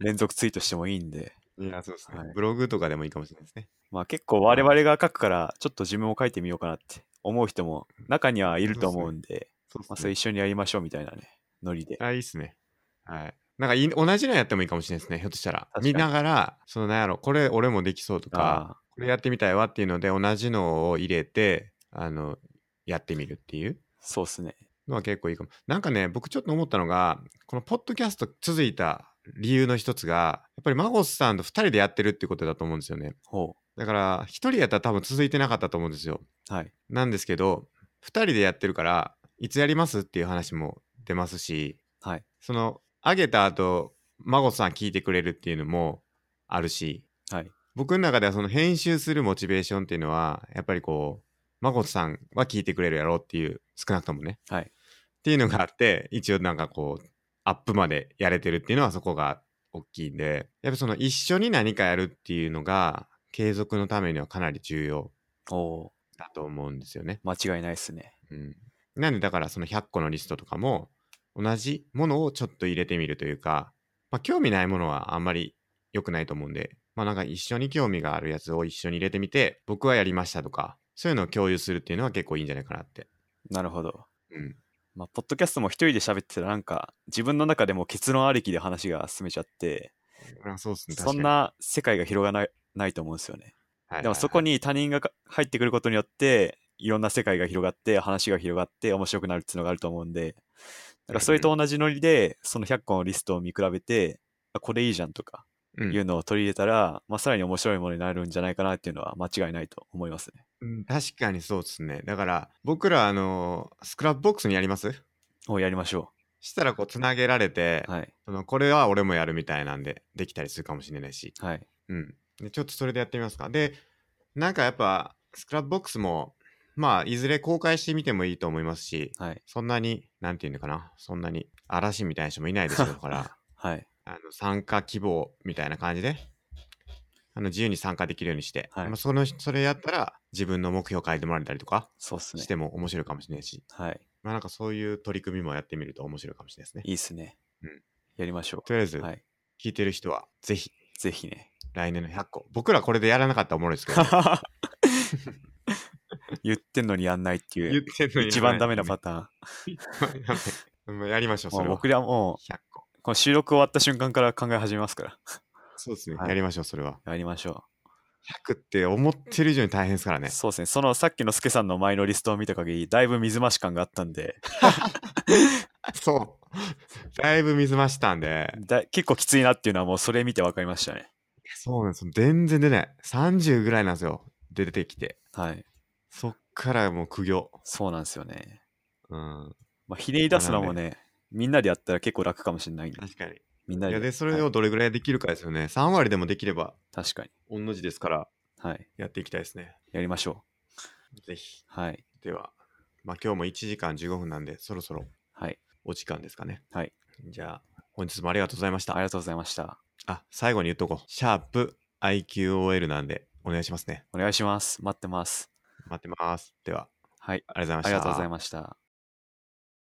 Speaker 2: 連続ツイートしてもいいんで、
Speaker 1: いやそうですね、
Speaker 2: はい
Speaker 1: ブログとかでもいいかもしれないですね
Speaker 2: まあ結構我々が書くから、ちょっと自分も書いてみようかなって思う人も中にはいると思うんで、
Speaker 1: そう
Speaker 2: まあそれ一緒にやりましょうみたいなね、ノリで。
Speaker 1: あ、いいっすね。はい。なんかい同じのやってもいいかもしれないですね、ひょっとしたら。
Speaker 2: 確かに
Speaker 1: 見ながら、そのなんやろ、これ俺もできそうと
Speaker 2: あ
Speaker 1: か、これやってみたいわっていうので、同じのを入れて、あの、やってみるっていう
Speaker 2: そうっすね。
Speaker 1: のは結構いいかも。なんかね、僕ちょっと思ったのが、このポッドキャスト続いた理由の一つが、やっぱりマゴスさんと2人でやってるってことだと思うんですよね。
Speaker 2: ほ
Speaker 1: だから、1人やったら多分続いてなかったと思うんですよ。
Speaker 2: う。はい。
Speaker 1: なんですけど、2人でやってるから、いつやりますっていう話も出ますし、
Speaker 2: はい。
Speaker 1: その、あげた後、孫さん聞いてくれるっていうのもあるし、
Speaker 2: はい。
Speaker 1: 僕の中ではその編集するモチベーションっていうのは、やっぱりこう、孫さんは聞いてくれるやろうっていう、少なくともね。
Speaker 2: はい。
Speaker 1: っていうのがあって、一応なんかこう、アップまでやれてるっていうのはそこが大きいんで、やっぱその一緒に何かやるっていうのが、継続のためにはかなり重要
Speaker 2: お
Speaker 1: だと思うんですよね。
Speaker 2: 間違いないっすね。
Speaker 1: うん、なんでだからその100個のリストとかも同じものをちょっと入れてみるというか、まあ、興味ないものはあんまり良くないと思うんで、まあ、なんか一緒に興味があるやつを一緒に入れてみて僕はやりましたとかそういうのを共有するっていうのは結構いいんじゃないかなって。
Speaker 2: なるほど。
Speaker 1: うん、
Speaker 2: まあ、ポッドキャストも一人で喋ってたらなんか自分の中でも結論ありきで話が進めちゃって
Speaker 1: あそうっすね
Speaker 2: そん、な世界が広がらないないと思うんですよね
Speaker 1: 確かに
Speaker 2: でもそこ、
Speaker 1: はい
Speaker 2: に他人がか入ってくることによっていろんな世界が広がって話が広がって面白くなるっていうのがあると思うんでだからそれと同じノリでその100個のリストを見比べてあこれいいじゃんとか
Speaker 1: はいはい
Speaker 2: いうのを取り入れたら、まあ、さらに面白いものになるんじゃないかなっていうのは間違いないと思いますね
Speaker 1: うんうん確かにそうですねだから僕らあのスクラップボックスにやります
Speaker 2: をやりましょ
Speaker 1: したらこうつなげられて、
Speaker 2: うはい
Speaker 1: そのこれは俺もやるみたいなんでできたりするかもしれないし
Speaker 2: はい
Speaker 1: うん。で、ちょっとそれでやってみますか。で、なんかやっぱ、スクラップボックスも、まあ、いずれ公開してみてもいいと思いますし、
Speaker 2: はい
Speaker 1: そんなに、なんていうのかな、そんなに嵐みたいな人もいないでしょ うから、
Speaker 2: はい
Speaker 1: あの参加希望みたいな感じで、あの自由に参加できるようにして、
Speaker 2: はい
Speaker 1: まあ、そのそれやったら、自分の目標を変えてもらえたりとか
Speaker 2: そうっすね
Speaker 1: しても面白いかもしれないし、
Speaker 2: はい
Speaker 1: まあなんかそういう取り組みもやってみると面白いかもしれないですね。
Speaker 2: いいっすね、
Speaker 1: うん
Speaker 2: やりましょ
Speaker 1: とりあえず
Speaker 2: う、はい
Speaker 1: 聞いてる人は、ぜひ、
Speaker 2: ぜ ひね。
Speaker 1: 来年の100個。僕らこれでやらなかったらおもろいですけ ど、
Speaker 2: 言ってんのにやんないってい
Speaker 1: 言っ
Speaker 2: う、
Speaker 1: てんのに
Speaker 2: 一番ダメなパ
Speaker 1: タ
Speaker 2: ターン。
Speaker 1: ー ン。やりましょう、
Speaker 2: も
Speaker 1: そうれは。
Speaker 2: 僕らも
Speaker 1: 100個。
Speaker 2: う、この収録終わった瞬間から考え始めますから。
Speaker 1: そうですね。
Speaker 2: はい
Speaker 1: やりましょう、それは。
Speaker 2: やりましょ
Speaker 1: 100って思ってる以上に大変ですから
Speaker 2: う。
Speaker 1: ね。
Speaker 2: そうですね。そのさっきのスケさんの前のリストを見た限り、だいぶ水増し感があったんで、
Speaker 1: そう。だいぶ水増したんで。
Speaker 2: だ結構きついなっていうのはもうそれ見て分かりましたね。
Speaker 1: そうなんですよ。全然出ない。30ぐらいなんですよ。出てきて。
Speaker 2: はい。
Speaker 1: そっからもう苦行。
Speaker 2: そうなんですよね。
Speaker 1: うん。
Speaker 2: まあ、ひねり出すのもね、みんなでやったら結構楽かもしれないんで、
Speaker 1: 確かに。
Speaker 2: みんない
Speaker 1: や、
Speaker 2: で。
Speaker 1: で、それ
Speaker 2: はい
Speaker 1: をどれぐらいできるかですよね。3割でもできれば、
Speaker 2: 確かに。
Speaker 1: 御の字ですから、
Speaker 2: はい。
Speaker 1: やっていきたいですね。
Speaker 2: やりましょ
Speaker 1: ぜひ。
Speaker 2: う。はい。
Speaker 1: では、まあ今日も1時間15分なんで、そろそろ
Speaker 2: はい。
Speaker 1: お時間ですかね。
Speaker 2: はい。
Speaker 1: じゃあ、本日もありがとうございまし
Speaker 2: あ
Speaker 1: た
Speaker 2: り。がとうございました。
Speaker 1: あ、最後に言っとこう。シャープ IQOL なんで、お願いしますね。
Speaker 2: お願いします。待ってます。
Speaker 1: 待ってます。では、
Speaker 2: はい。
Speaker 1: ありがとうございました。
Speaker 2: ありがとうございました。